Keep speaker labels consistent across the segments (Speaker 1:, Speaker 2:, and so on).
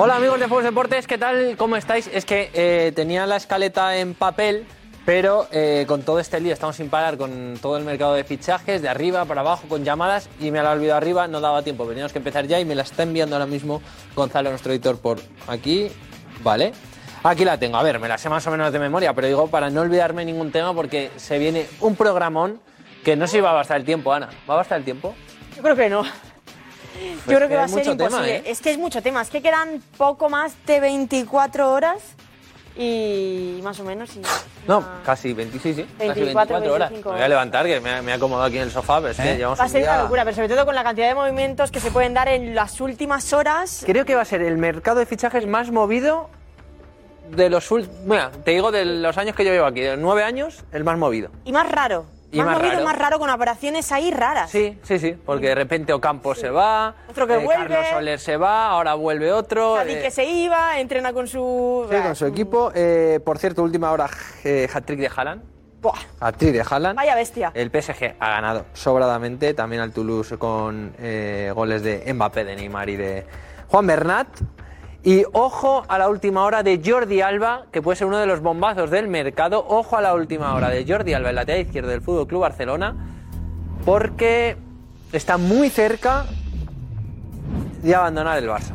Speaker 1: Hola amigos de Fox Deportes, ¿qué tal? ¿Cómo estáis? Es que eh, tenía la escaleta en papel, pero eh, con todo este lío estamos sin parar con todo el mercado de fichajes, de arriba para abajo, con llamadas, y me la he olvidado arriba, no daba tiempo, teníamos que empezar ya y me la está enviando ahora mismo Gonzalo, nuestro editor, por aquí, ¿vale? Aquí la tengo, a ver, me la sé más o menos de memoria, pero digo para no olvidarme ningún tema porque se viene un programón que no sé si va a bastar el tiempo, Ana, ¿va a bastar el tiempo?
Speaker 2: Yo creo que no.
Speaker 1: Pues
Speaker 2: Yo creo que
Speaker 1: es
Speaker 2: va a ser
Speaker 1: mucho
Speaker 2: imposible.
Speaker 1: tema, ¿eh?
Speaker 2: Es que es mucho tema. Es que quedan poco más de 24 horas y más o menos. Y...
Speaker 1: No,
Speaker 2: Ah.
Speaker 1: casi 26, sí. casi
Speaker 2: 24,
Speaker 1: 24 horas.
Speaker 2: 25
Speaker 1: Me voy a levantar, que me, me he acomodado aquí en el sofá, pero es que llevamos
Speaker 2: Va a
Speaker 1: un
Speaker 2: ser
Speaker 1: día-
Speaker 2: una locura, pero sobre todo con la cantidad de movimientos que se pueden dar en las últimas horas.
Speaker 1: Creo que va a ser el mercado de fichajes más movido de los últimos... Mira, te digo de los años que yo llevo aquí, de los nueve años, el más movido.
Speaker 2: Y más raro.
Speaker 1: Y
Speaker 2: más,
Speaker 1: más
Speaker 2: movido,
Speaker 1: raro.
Speaker 2: más raro, con operaciones ahí raras.
Speaker 1: Sí, sí, sí, porque de repente Ocampo se va, eh,
Speaker 2: Otro que vuelve.
Speaker 1: Carlos Soler se va, ahora vuelve otro...
Speaker 2: Sadik
Speaker 1: eh,
Speaker 2: que se iba, entrena con su...
Speaker 1: sí, con su equipo. Eh, por cierto, última hora, eh, hat-trick de Haaland.
Speaker 2: Buah,
Speaker 1: Hat-trick de Haaland.
Speaker 2: vaya bestia.
Speaker 1: El PSG ha ganado sobradamente, también al Toulouse con eh, goles de Mbappé, de Neymar y de Juan Bernat. Y ojo a la última hora de Jordi Alba, que puede ser uno de los bombazos del mercado. Ojo a la última hora de Jordi Alba, el lateral izquierdo del Fútbol Club Barcelona, porque está muy cerca de abandonar el Barça.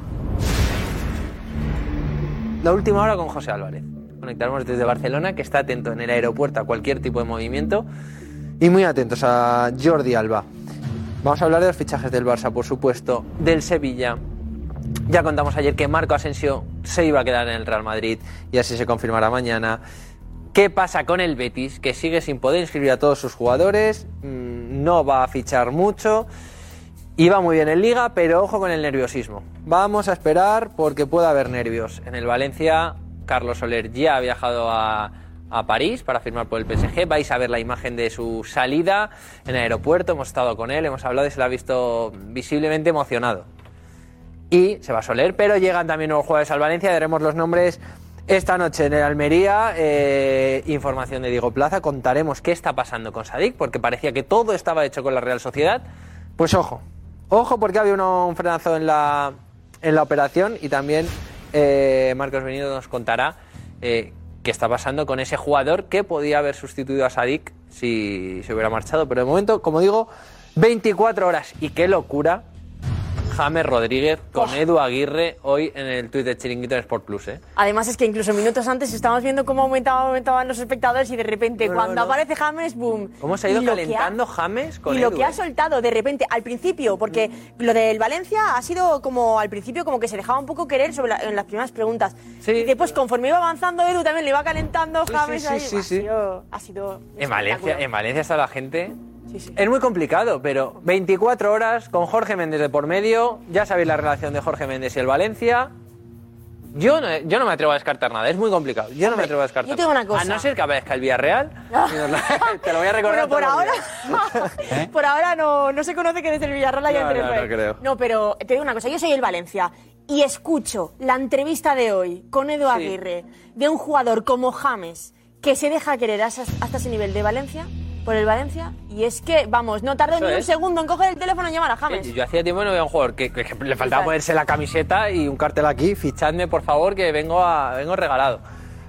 Speaker 1: La última hora con José Álvarez. Conectaremos desde Barcelona, que está atento en el aeropuerto a cualquier tipo de movimiento y muy atentos a Jordi Alba. Vamos a hablar de los fichajes del Barça, por supuesto, del Sevilla. Ya contamos ayer que Marco Asensio se iba a quedar en el Real Madrid y así se confirmará mañana. ¿Qué pasa con el Betis? Que sigue sin poder inscribir a todos sus jugadores, mm, no va a fichar mucho. Iba muy bien en Liga, pero ojo con el nerviosismo. Vamos a esperar porque puede haber nervios. En el Valencia, Carlos Soler ya ha viajado a, a París para firmar por el PSG. Vais a ver la imagen de su salida en el aeropuerto. Hemos estado con él, hemos hablado y se lo ha visto visiblemente emocionado. Y se va a Soler, pero llegan también nuevos jugadores al Valencia. Daremos los nombres esta noche en el Almería. Eh, información de Diego Plaza. Contaremos qué está pasando con Sadik, porque parecía que todo estaba hecho con la Real Sociedad. Pues ojo, ojo porque había uno- un frenazo en la, en la operación y también eh, Marcos Benito nos contará eh, qué está pasando con ese jugador que podía haber sustituido a Sadik si se hubiera marchado. Pero de momento, como digo, 24 horas y qué locura. James Rodríguez con
Speaker 2: Oh.
Speaker 1: Edu Aguirre hoy en el tuit de Chiringuito en Sport Plus. ¿eh?
Speaker 2: Además es que incluso minutos antes estábamos viendo cómo aumentaban, aumentaban los espectadores y de repente
Speaker 1: No, no,
Speaker 2: cuando
Speaker 1: no.
Speaker 2: aparece James, boom.
Speaker 1: ¿Cómo se ha ido
Speaker 2: Y lo que ha-
Speaker 1: calentando James con
Speaker 2: y lo
Speaker 1: Edu,
Speaker 2: que
Speaker 1: eh? Mm.
Speaker 2: ha soltado de repente al principio, porque lo del Valencia ha sido como al principio como que se dejaba un poco querer sobre la- en las primeras preguntas.
Speaker 1: Sí.
Speaker 2: Y después conforme iba avanzando Edu también le iba calentando
Speaker 1: Sí,
Speaker 2: James. ahí.
Speaker 1: sí, sí, sí,
Speaker 2: ha,
Speaker 1: sí.
Speaker 2: Sido, ha sido
Speaker 1: En Valencia, en Valencia está la gente.
Speaker 2: Sí, sí.
Speaker 1: Es muy complicado, pero 24 horas con Jorge Méndez de por medio. Ya sabéis la relación de Jorge Méndez y el Valencia. Yo no, yo no me atrevo a descartar nada, es muy complicado. Yo no me atrevo a descartar.
Speaker 2: yo tengo una cosa.
Speaker 1: A no ser que aparezca el Villarreal. y nos la- te lo voy a recordar.
Speaker 2: Bueno, por
Speaker 1: todos los
Speaker 2: ahora,
Speaker 1: días.
Speaker 2: por ahora no, no se conoce que desde el Villarreal haya
Speaker 1: ¿eh? No,
Speaker 2: entre
Speaker 1: no,
Speaker 2: nueve.
Speaker 1: no creo.
Speaker 2: No, pero te digo una cosa, yo soy el Valencia y escucho la entrevista de hoy con Edu
Speaker 1: Sí.
Speaker 2: Aguirre de un jugador como James que se deja querer hasta, hasta ese nivel de Valencia por el Valencia y es que, vamos, no tardo
Speaker 1: Eso
Speaker 2: ni un
Speaker 1: es.
Speaker 2: segundo en coger el teléfono y llamar a James.
Speaker 1: Eh, Yo hacía tiempo que no veía un jugador que, que- que le faltaba
Speaker 2: Fichad.
Speaker 1: ponerse la camiseta y un cartel aquí. Fichadme, por favor, que vengo, a, vengo regalado.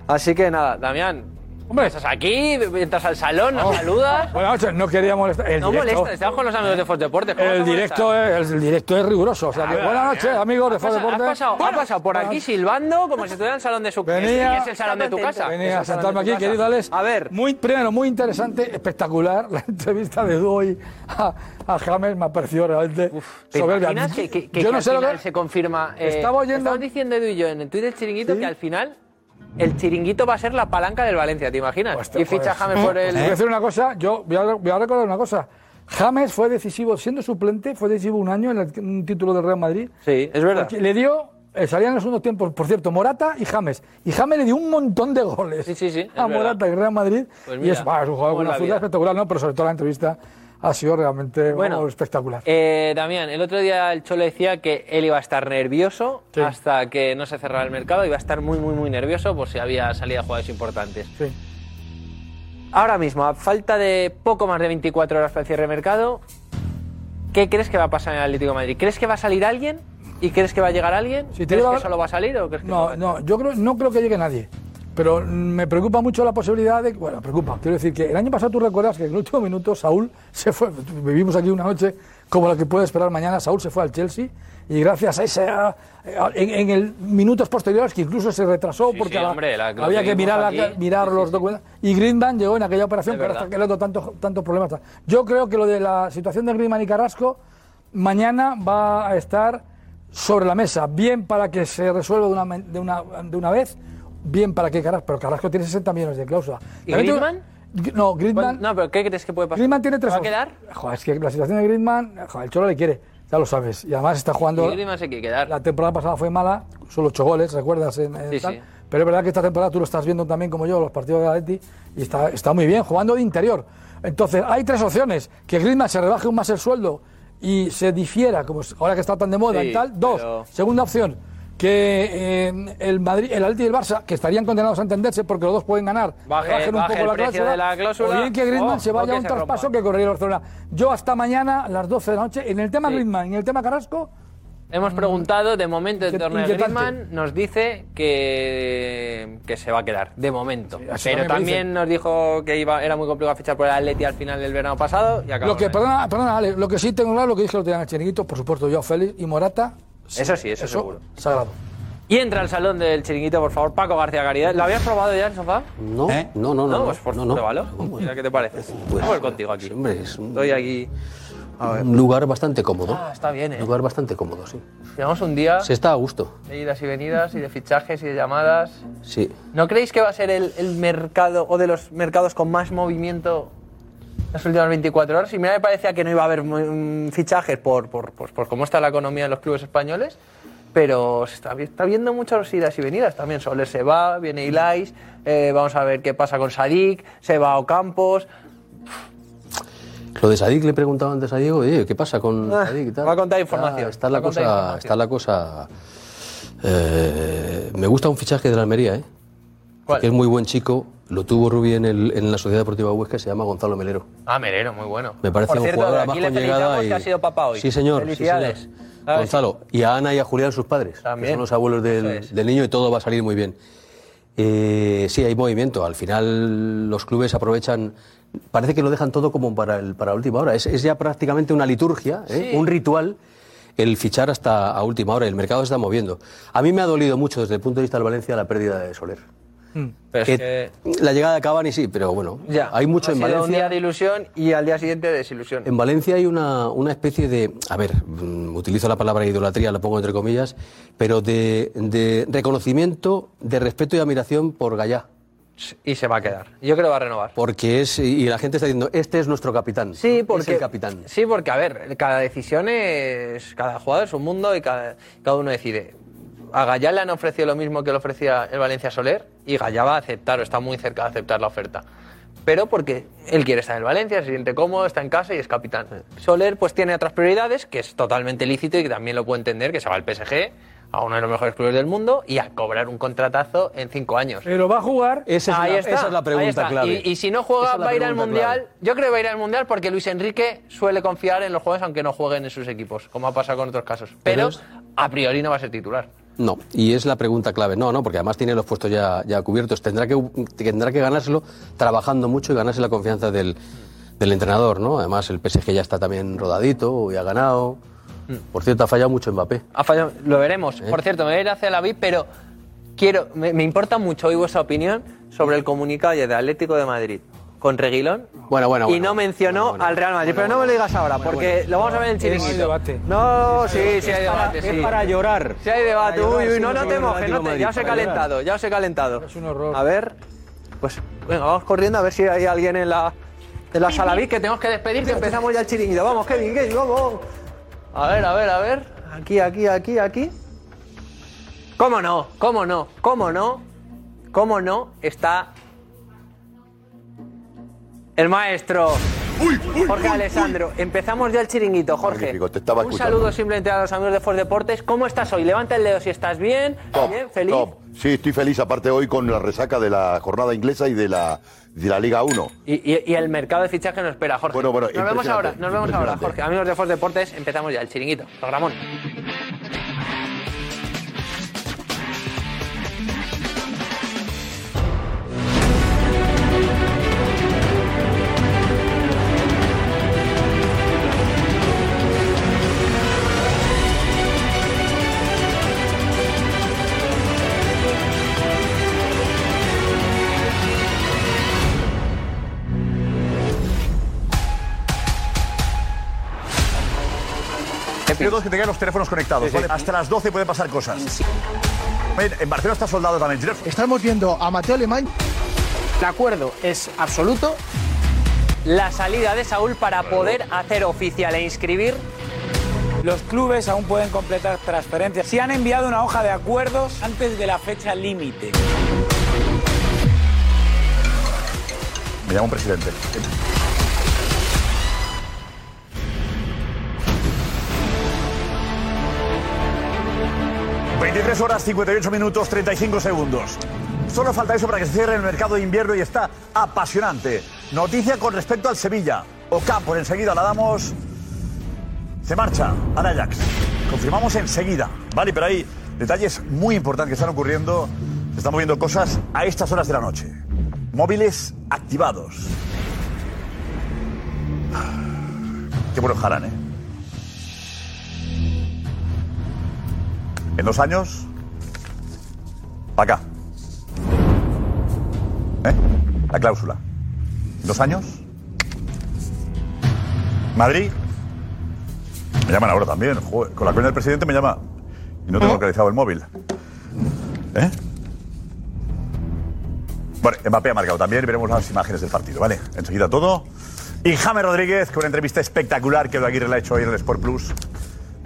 Speaker 1: Así que nada, Damián. Hombre, estás aquí, entras al salón,
Speaker 2: Oh.
Speaker 1: nos saludas.
Speaker 3: Buenas noches, no quería molestar. El
Speaker 1: No
Speaker 3: directo,
Speaker 1: molestas, estamos con los amigos de Fox Deportes. ¿cómo vas a
Speaker 3: el,
Speaker 1: molestar?
Speaker 3: directo es, el directo es riguroso. o sea que buenas noches, amigos de
Speaker 1: Has
Speaker 3: Fox
Speaker 1: pasado- has
Speaker 3: Deportes.
Speaker 1: pasado, has pasado por aquí silbando como si estuviera en el salón de su casa.
Speaker 3: Venía-
Speaker 1: es el salón de tu casa.
Speaker 3: Venía a
Speaker 1: Es el salón
Speaker 3: sentarme
Speaker 1: de tu
Speaker 3: aquí,
Speaker 1: casa.
Speaker 3: querido Alex.
Speaker 1: A ver,
Speaker 3: Muy, primero, muy interesante, espectacular la entrevista de Edu hoy a, a James. Me ha parecido realmente
Speaker 1: ¿te
Speaker 3: soberbia.
Speaker 1: imaginas que, que- que-
Speaker 3: Yo
Speaker 1: que
Speaker 3: no
Speaker 1: al
Speaker 3: sé lo
Speaker 1: final
Speaker 3: que.
Speaker 1: se confirma?
Speaker 3: Estaba oyendo-
Speaker 1: Estamos diciendo Edu y yo en el Twitter del chiringuito
Speaker 3: Sí.
Speaker 1: que al final el chiringuito va a ser la palanca del Valencia, ¿te imaginas?
Speaker 3: Pues te
Speaker 1: y ficha
Speaker 3: puedes-
Speaker 1: James por
Speaker 3: Os voy a
Speaker 1: el...
Speaker 3: decir una cosa, yo voy a, voy a recordar una cosa. James fue decisivo, siendo suplente, fue decisivo un año en el- un título del Real Madrid.
Speaker 1: Sí, es verdad.
Speaker 3: Porque Le dio, eh, salían en los segundos tiempos, por cierto, Morata y James. Y James le dio un montón de goles
Speaker 1: Sí, sí, sí. es
Speaker 3: a
Speaker 1: verdad.
Speaker 3: Morata y Real Madrid.
Speaker 1: Pues
Speaker 3: y
Speaker 1: mira,
Speaker 3: es, bah, es un jugador
Speaker 1: cómo
Speaker 3: con una
Speaker 1: la
Speaker 3: zurda
Speaker 1: vida.
Speaker 3: espectacular, ¿no? Pero sobre todo la entrevista ha sido realmente
Speaker 1: Bueno.
Speaker 3: vamos, espectacular.
Speaker 1: Eh, Damián, el otro día el Cholo decía que él iba a estar nervioso
Speaker 3: Sí.
Speaker 1: hasta que no se cerrara el mercado, iba a estar muy, muy, muy nervioso por si había salida de jugadores importantes.
Speaker 3: Sí.
Speaker 1: Ahora mismo, a falta de poco más de 24 horas para el cierre de mercado, ¿qué crees que va a pasar en el Atlético de Madrid? ¿Crees que va a salir alguien? ¿Y crees que va a llegar alguien?
Speaker 3: Si te
Speaker 1: ¿Crees
Speaker 3: digo
Speaker 1: que
Speaker 3: la-
Speaker 1: solo va a salir o crees que
Speaker 3: No, no, yo creo, no creo que llegue nadie. Pero mm, me preocupa mucho la posibilidad de. Bueno, preocupa. Quiero decir que el año pasado tú recuerdas que en el último minuto Saúl se fue. Vivimos aquí una noche como la que puede esperar mañana. Saúl se fue al Chelsea y gracias a ese. a- a- En, en el minutos posteriores, que incluso se retrasó
Speaker 1: Sí,
Speaker 3: porque
Speaker 1: sí,
Speaker 3: la-
Speaker 1: hombre, la- lo
Speaker 3: había
Speaker 1: que
Speaker 3: que
Speaker 1: vimos
Speaker 3: mirar, la-
Speaker 1: aquí.
Speaker 3: mirar
Speaker 1: Sí,
Speaker 3: los
Speaker 1: sí, sí.
Speaker 3: documentos. Y Greenman llegó en aquella operación,
Speaker 1: Es
Speaker 3: pero
Speaker 1: verdad.
Speaker 3: está creando tantos, tantos problemas. Yo creo que lo de la situación de Greenman y Carrasco mañana va a estar sobre la mesa, bien para que se resuelva de una, men- de una, de una vez, bien para que Carrasco, pero Carrasco tiene 60 millones de cláusula.
Speaker 1: ¿Y
Speaker 3: También tengo-
Speaker 1: Griezmann?
Speaker 3: Gr- No, Griezmann,
Speaker 1: No, pero ¿qué crees que puede pasar?
Speaker 3: Griezmann tiene tres
Speaker 1: ¿Va a
Speaker 3: op-
Speaker 1: quedar?
Speaker 3: Joder, es que la situación de Griezmann, joder, el Cholo le quiere, ya lo sabes, y además está jugando...
Speaker 1: Y Griezmann se quiere quedar.
Speaker 3: La temporada pasada fue mala, solo ocho goles, ¿recuerdas? En, en
Speaker 1: Sí,
Speaker 3: tal?
Speaker 1: sí.
Speaker 3: Pero es verdad que esta temporada tú lo estás viendo también como yo, los partidos de Atleti, y está, está muy bien, jugando de interior. Entonces, hay tres opciones, que Griezmann se rebaje un más el sueldo y se difiera, como es- ahora que está tan de moda
Speaker 1: Sí,
Speaker 3: y tal. Dos,
Speaker 1: pero-
Speaker 3: segunda opción, que eh, el Madrid, el Atleti y el Barça, que estarían condenados a entenderse porque los dos pueden ganar,
Speaker 1: Baje-
Speaker 3: rebajen
Speaker 1: baje el precio de la cláusula,
Speaker 3: o bien que Griezmann
Speaker 1: o-
Speaker 3: se
Speaker 1: o que
Speaker 3: vaya a un
Speaker 1: se
Speaker 3: traspaso
Speaker 1: rompa.
Speaker 3: que correría el Barcelona. Yo hasta mañana, a las 12 de la noche, en el tema
Speaker 1: Sí.
Speaker 3: Griezmann y en el tema Carrasco...
Speaker 1: Hemos preguntado, de momento, el
Speaker 3: Inquiet-
Speaker 1: torneo de
Speaker 3: inquietante.
Speaker 1: Griezmann nos dice que, que se va a quedar, de momento.
Speaker 3: así
Speaker 1: Pero
Speaker 3: también me
Speaker 1: también
Speaker 3: dicen.
Speaker 1: nos dijo que iba, era muy complicado fichar por el Atleti al final del verano pasado y acabó.
Speaker 3: Lo que, perdona, perdona, Ale, lo que sí tengo claro, lo que dije lo tenían el chiringuito, por supuesto, yo, Félix y Morata.
Speaker 1: Eso sí, eso seguro.
Speaker 3: Sagrado.
Speaker 1: Y entra al salón del chiringuito, por favor, Paco García Caridad. ¿Lo habías probado ya el sofá?
Speaker 4: No, no, no, no.
Speaker 1: No,
Speaker 4: no,
Speaker 1: pues por
Speaker 4: no, no.
Speaker 1: pruébalo.
Speaker 4: ¿Cómo?
Speaker 1: Mira qué te parece. Voy a ver contigo aquí.
Speaker 4: Hombre, es un,
Speaker 1: Estoy aquí.
Speaker 4: un lugar bastante cómodo.
Speaker 1: Ah, está bien,
Speaker 4: Un
Speaker 1: ¿eh?
Speaker 4: lugar bastante cómodo, sí.
Speaker 1: Llevamos un día
Speaker 4: Se está a gusto.
Speaker 1: de idas y venidas y de fichajes y de llamadas.
Speaker 4: Sí.
Speaker 1: ¿No creéis que va a ser el, el mercado o de los mercados con más movimiento las últimas 24 horas? Y mira, me parecía que no iba a haber mm, fichajes por, por, por, por cómo está la economía de los clubes españoles, pero se está, vi- está viendo muchas idas y venidas también. Soler se va, viene Ilais, eh, vamos a ver qué pasa con Sadik, se va Ocampos.
Speaker 4: Lo de Sadik le he preguntado antes a Diego, "Oye, ¿qué pasa con
Speaker 1: Ah,
Speaker 4: Sadik y tal?
Speaker 1: va a contar
Speaker 4: Está-
Speaker 1: información,
Speaker 4: Está,
Speaker 1: va
Speaker 4: la
Speaker 1: a contar
Speaker 4: cosa,
Speaker 1: información.
Speaker 4: está la cosa. eh, me gusta un fichaje de la Almería, ¿eh?
Speaker 1: ¿Cuál?
Speaker 4: Que es muy buen chico. Lo tuvo Rubí en, el- en la Sociedad Deportiva Huesca, se llama Gonzalo Melero.
Speaker 1: Ah, Merero, muy bueno.
Speaker 4: Me parece
Speaker 1: Por
Speaker 4: un
Speaker 1: cierto,
Speaker 4: jugador
Speaker 1: de
Speaker 4: además
Speaker 1: aquí le
Speaker 4: con llegada.
Speaker 1: felicitamos
Speaker 4: Y...
Speaker 1: que ha sido papá hoy.
Speaker 4: Sí, señor. sí,
Speaker 1: Felicidades.
Speaker 4: señor.
Speaker 1: A ver si-
Speaker 4: Gonzalo. Y a Ana y a Julián, sus padres,
Speaker 1: También.
Speaker 4: que son los abuelos del,
Speaker 1: Eso es.
Speaker 4: del niño, y todo va a salir muy bien. Eh, sí, hay movimiento. Al final los clubes aprovechan. Parece que lo dejan todo como para, el, para última hora. Es, es ya prácticamente una liturgia, ¿eh?
Speaker 1: Sí.
Speaker 4: un ritual el fichar hasta a última hora. El mercado se está moviendo. A mí me ha dolido mucho desde el punto de vista del Valencia la pérdida de Soler.
Speaker 1: Mm, Pero es que-
Speaker 4: Que La llegada de Cavani sí, pero bueno,
Speaker 1: Ya,
Speaker 4: hay mucho
Speaker 1: ha
Speaker 4: en
Speaker 1: sido
Speaker 4: Valencia.
Speaker 1: un día de ilusión y al día siguiente de desilusión.
Speaker 4: En Valencia hay una, una especie de, a ver, mm, utilizo la palabra idolatría, la pongo entre comillas, pero de, de reconocimiento, de respeto y admiración por Gallá.
Speaker 1: Y se va a quedar. Yo creo que va a renovar.
Speaker 4: Porque es, y la gente está diciendo, este es nuestro capitán.
Speaker 1: Sí, porque.
Speaker 4: Es el capitán.
Speaker 1: Sí, porque, a ver, cada decisión es. Cada jugador es un mundo y cada, cada uno decide. A Gallá le han ofrecido lo mismo que le ofrecía el Valencia Soler y Gallá va a aceptar o está muy cerca de aceptar la oferta. Pero porque él quiere estar en el Valencia, se siente cómodo, está en casa y es capitán. Soler pues tiene otras prioridades, que es totalmente lícito y que también lo puedo entender, que se va al PSG, a uno de los mejores clubes del mundo, y a cobrar un contratazo en cinco años.
Speaker 3: Pero va a jugar.
Speaker 4: Esa es,
Speaker 1: Ahí
Speaker 4: la,
Speaker 1: está,
Speaker 4: esa es la
Speaker 1: ahí
Speaker 4: pregunta
Speaker 1: está.
Speaker 4: clave.
Speaker 1: Y, y si no juega,
Speaker 4: Esa es la
Speaker 1: va a ir al
Speaker 4: pregunta
Speaker 1: Mundial.
Speaker 4: clave.
Speaker 1: Yo creo que va a ir al Mundial porque Luis Enrique suele confiar en los jugadores aunque no jueguen en sus equipos, como ha pasado con otros casos. Pero,
Speaker 4: Pero es-
Speaker 1: a priori no va a ser titular.
Speaker 4: No, y es la pregunta clave. No, no, porque además tiene los puestos ya, ya cubiertos. Tendrá que, tendrá que ganárselo trabajando mucho y ganarse la confianza del, del entrenador, ¿no? Además, el PSG ya está también rodadito y ha ganado.
Speaker 1: Mm.
Speaker 4: Por cierto, ha fallado mucho Mbappé.
Speaker 1: Ha fallado. Lo veremos. Por cierto, me voy a ir hacia la VIP, pero quiero, me, me importa mucho hoy vuestra opinión sobre el comunicado de Atlético de Madrid con Reguilón.
Speaker 4: Bueno, bueno,
Speaker 1: Y
Speaker 4: bueno.
Speaker 1: no mencionó
Speaker 4: Bueno, bueno.
Speaker 1: al Real Madrid. pero no me lo digas ahora, porque lo vamos a ver en el
Speaker 3: No hay
Speaker 1: chiringuito.
Speaker 3: debate.
Speaker 1: No, sí, sí hay debate. sí.
Speaker 5: llorar.
Speaker 1: Si hay debate, uy,
Speaker 5: Para llorar,
Speaker 1: uy,
Speaker 5: sí,
Speaker 1: no,
Speaker 5: no
Speaker 1: no
Speaker 5: se
Speaker 1: te
Speaker 5: ve
Speaker 1: mojes,
Speaker 5: Atlético
Speaker 1: no te,
Speaker 5: Madrid,
Speaker 1: ya os he
Speaker 5: para llorar.
Speaker 1: calentado, ya os he calentado.
Speaker 3: Es un horror.
Speaker 1: A ver, pues venga, vamos corriendo a ver si hay alguien en la de la Salaví, que tenemos que despedir, que empezamos ya el chiringuito. Vamos, Kevin, Kevin, vamos. vamos. A ver, a ver, a ver. Aquí, aquí, aquí, aquí. ¿Cómo no? ¿Cómo no? ¿Cómo no? ¿Cómo no está el maestro Jorge Alessandro? Empezamos ya el chiringuito, Jorge.
Speaker 6: Magnífico, te estaba
Speaker 1: Un
Speaker 6: escuchando.
Speaker 1: saludo simplemente a los amigos de Force Deportes. ¿Cómo estás hoy? Levanta el dedo si estás bien,
Speaker 6: Top,
Speaker 1: bien, feliz.
Speaker 6: top. Sí, estoy feliz aparte hoy con la resaca de la jornada inglesa y de la, de la Liga 1.
Speaker 1: Y, y- y el mercado de fichaje nos espera, Jorge.
Speaker 6: Bueno, bueno,
Speaker 1: nos vemos
Speaker 6: impresionante,
Speaker 1: ahora, nos vemos ahora,
Speaker 6: impresionante.
Speaker 1: Jorge. Amigos de Fox Deportes, empezamos ya el chiringuito. Programón.
Speaker 7: Creo que tengan los teléfonos conectados, ¿vale? Hasta las 12 pueden pasar cosas. Ven, En Barcelona está soldado también.
Speaker 8: Estamos viendo a Mateo Alemán.
Speaker 1: El acuerdo es absoluto. La salida de Saúl para poder hacer oficial e inscribir.
Speaker 9: Los clubes aún pueden completar transferencias. Se han enviado una hoja de acuerdos antes de la fecha límite.
Speaker 7: Me llama un presidente. ...23 horas 58 minutos 35 segundos. Solo falta eso para que se cierre el mercado de invierno y está apasionante. Noticia con respecto al Sevilla. Ocampo, enseguida la damos. Se marcha al Ajax. Confirmamos enseguida. Vale, pero hay detalles muy importantes que están ocurriendo. Se están moviendo cosas a estas horas de la noche. Móviles activados. Qué bueno Jaran, ¿eh? En dos años, para acá. ¿Eh? La cláusula. En dos años. Madrid. Me llaman ahora también. joder, con la cuenta del presidente me llama. Y no tengo localizado el móvil. ¿Eh? Bueno, Mbappé ha marcado también. Veremos las imágenes del partido, ¿vale? Enseguida todo. Y James Rodríguez con una entrevista espectacular que Edu Aguirre le ha hecho hoy en el Sport Plus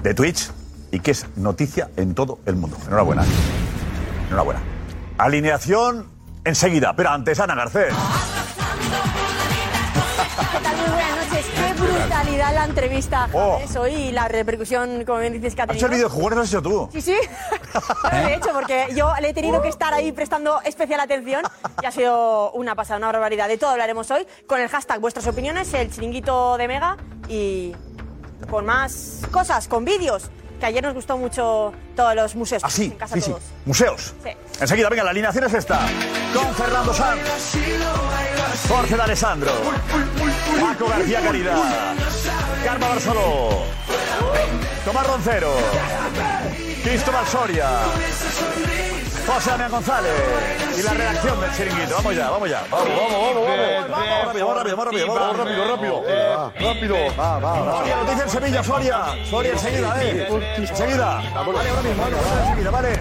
Speaker 7: de Twitch y que es noticia en todo el mundo. Enhorabuena. Enhorabuena. Alineación enseguida, pero antes Ana Garcés.
Speaker 2: ¿Qué tal? Muy buenas noches. Qué brutalidad la entrevista a James hoy y la repercusión, como bien dices, que ha
Speaker 7: ¿Has Oh. hecho
Speaker 2: tenido.
Speaker 7: el video de jugar? ¿Lo has hecho tú?
Speaker 2: Sí, sí. Yo lo he hecho porque yo le he tenido que estar ahí prestando especial atención y ha sido una pasada, una barbaridad. De todo hablaremos hoy con el hashtag vuestras opiniones, el chiringuito de Mega y con más cosas, con vídeos, que ayer nos gustó mucho todos los museos.
Speaker 7: Ah, sí,
Speaker 2: en casa
Speaker 7: sí, sí.
Speaker 2: todos.
Speaker 7: Museos.
Speaker 2: Sí.
Speaker 7: Enseguida, venga, la alineación es esta. Con Fernando Sanz. Jorge de Alessandro. Paco García Caridad. Carma Barceló. Tomás Roncero. Cristóbal Soria. José Damián González. Y la redacción del chiringuito. Vamos ya, vamos ya. Vamos, vamos, vamos, vamos. Vamos, rápido, vamos rápido, vamos rápido, vamos rápido, rápido. Rápido. Va, va, va. Soria, noticia en Sevilla, Soria. Soria enseguida, eh. Enseguida. Vale, ahora mismo, vale, vale, enseguida, vale.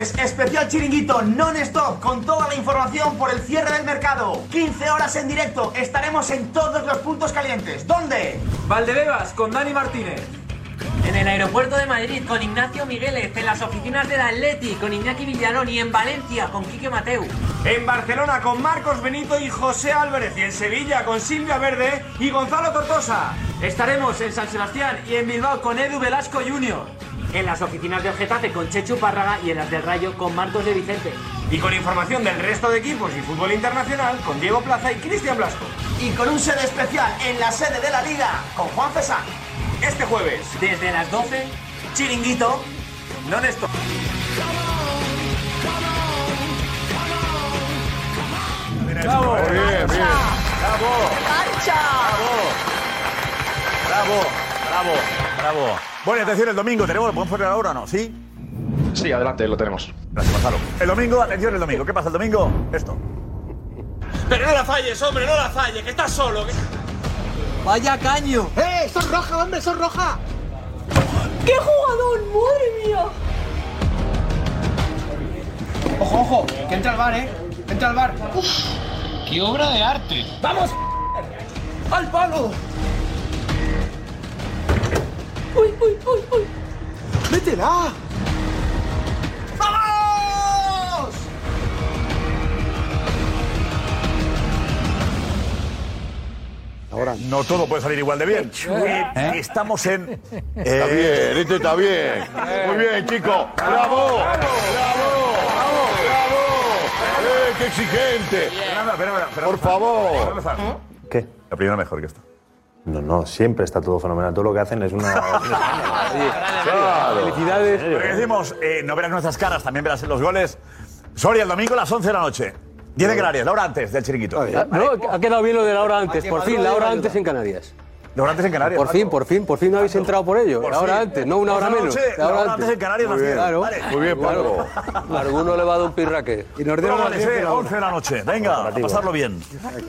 Speaker 10: Es especial chiringuito non-stop con toda la información por el cierre del mercado. 15 horas en directo, estaremos en todos los puntos calientes. ¿Dónde?
Speaker 11: Valdebebas con Dani Martínez. En el aeropuerto de Madrid con Ignacio Migueles, en las oficinas del Atleti con Iñaki Villalón y en Valencia con Quique Mateu.
Speaker 10: En Barcelona con Marcos Benito y José Álvarez y en Sevilla con Silvia Verde y Gonzalo Tortosa.
Speaker 11: Estaremos en San Sebastián y en Bilbao con Edu Velasco Jr. En las oficinas de Getafe con Chechu Párraga y en las del Rayo con Marcos de Vicente.
Speaker 5: Y con información del resto de equipos y fútbol internacional con Diego Plaza y Cristian Blasco. Y con un sede especial en la sede de la Liga con Juan César. Este jueves, desde las 12, chiringuito, non stop.
Speaker 7: ¡Bravo! Muy bien, bien. ¡Bravo! ¡Bravo! ¡Bravo! ¡Bravo! Bueno, atención, el domingo tenemos, ¿lo podemos poner ahora o no? ¿Sí? Sí, adelante, lo tenemos. Gracias, Gonzalo. El domingo, atención, el domingo. ¿Qué pasa el domingo? Esto.
Speaker 11: Pero no la falles, hombre, no la falles, que estás solo. Vaya caño.
Speaker 12: ¡Eh! ¡Son roja, hombre! ¡Son roja!
Speaker 13: ¡Qué jugador! ¡Madre mía!
Speaker 11: Ojo, ojo, que entra al bar, eh. Entra al bar. ¡Qué obra de arte! ¡Vamos! ¡Al palo!
Speaker 13: ¡Uy, uy, uy, uy! ¡Métela!
Speaker 5: ¡Vamos!
Speaker 7: Ahora. No todo puede salir igual de bien.
Speaker 6: chula.
Speaker 7: Eh, Estamos en. eh,
Speaker 6: Está bien, este está bien. Muy bien, chicos. ¡Bravo! ¡Eh, qué exigente!
Speaker 7: Por favor.
Speaker 14: ¿Qué?
Speaker 7: La primera mejor que esta.
Speaker 14: No, no, siempre está todo fenomenal. Todo lo que hacen es una.
Speaker 7: Felicidades. Lo que decimos, eh, no verás nuestras caras, también verás los goles. Soria, el domingo a las 11 de la noche. 10 de Canarias, la hora antes del chiringuito.
Speaker 4: Ah, no, ha quedado bien lo de la hora antes,
Speaker 7: Ah, que
Speaker 4: por fin,
Speaker 7: madrugue
Speaker 4: la hora
Speaker 7: ayuda.
Speaker 4: antes en Canarias.
Speaker 7: ¿La hora antes en Canarias?
Speaker 4: Por fin, por fin, por fin no habéis entrado por ello.
Speaker 7: Por
Speaker 4: La hora
Speaker 7: fin.
Speaker 4: antes, no una hora
Speaker 7: Once de la
Speaker 4: menos.
Speaker 7: noche, la hora antes en Canarias,
Speaker 4: Muy
Speaker 7: las
Speaker 4: bien,
Speaker 7: diez.
Speaker 4: claro.
Speaker 7: Vale. Muy bien, Pablo.
Speaker 4: Claro. Alguno le va a dar un pirraque. Y nos
Speaker 7: Bueno, vale, sí, 11 de la noche. Venga, a pasarlo bien.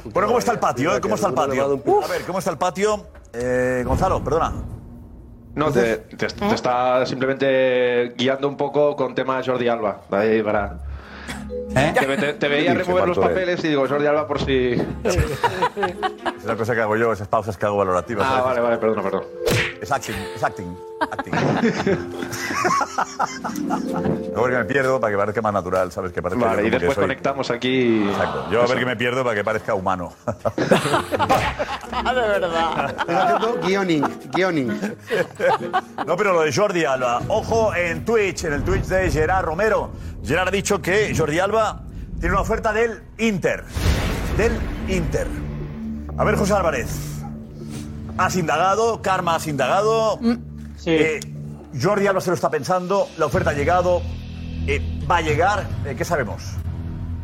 Speaker 7: Bueno, ¿cómo está el patio? eh? ¿Cómo está el patio? A ver, ¿cómo está el patio? Eh, Gonzalo, perdona.
Speaker 14: No, te, te- te está simplemente guiando un poco con tema Jordi Alba. Ahí para.
Speaker 7: ¿Eh?
Speaker 14: Te, ve- te- te veía
Speaker 7: Sí,
Speaker 14: remover
Speaker 7: se
Speaker 14: los
Speaker 7: marchó él.
Speaker 14: papeles y digo, Jordi Alba por si.
Speaker 7: Es la cosa que hago yo, esas pausas que hago valorativas.
Speaker 14: Ah, vale, vale, perdona, perdón.
Speaker 7: Es acting, es acting. acting. Luego que me pierdo para que parezca más natural, ¿sabes? Que parezca
Speaker 14: Vale, y
Speaker 7: yo como que
Speaker 14: después
Speaker 7: soy-
Speaker 14: conectamos aquí.
Speaker 7: Exacto. Yo a ver que me pierdo para que parezca humano.
Speaker 10: Ah, de verdad.
Speaker 7: guioning, guioning. No, pero lo de Jordi Alba. Ojo en Twitch, en el Twitch de Gerard Romero. Gerard ha dicho que Jordi Alba tiene una oferta del Inter. Del Inter. A ver, José Álvarez. Has indagado, Karma has indagado. Eh, Jordi Alba se lo está pensando, la oferta ha llegado, eh, va a llegar. Eh, ¿Qué sabemos?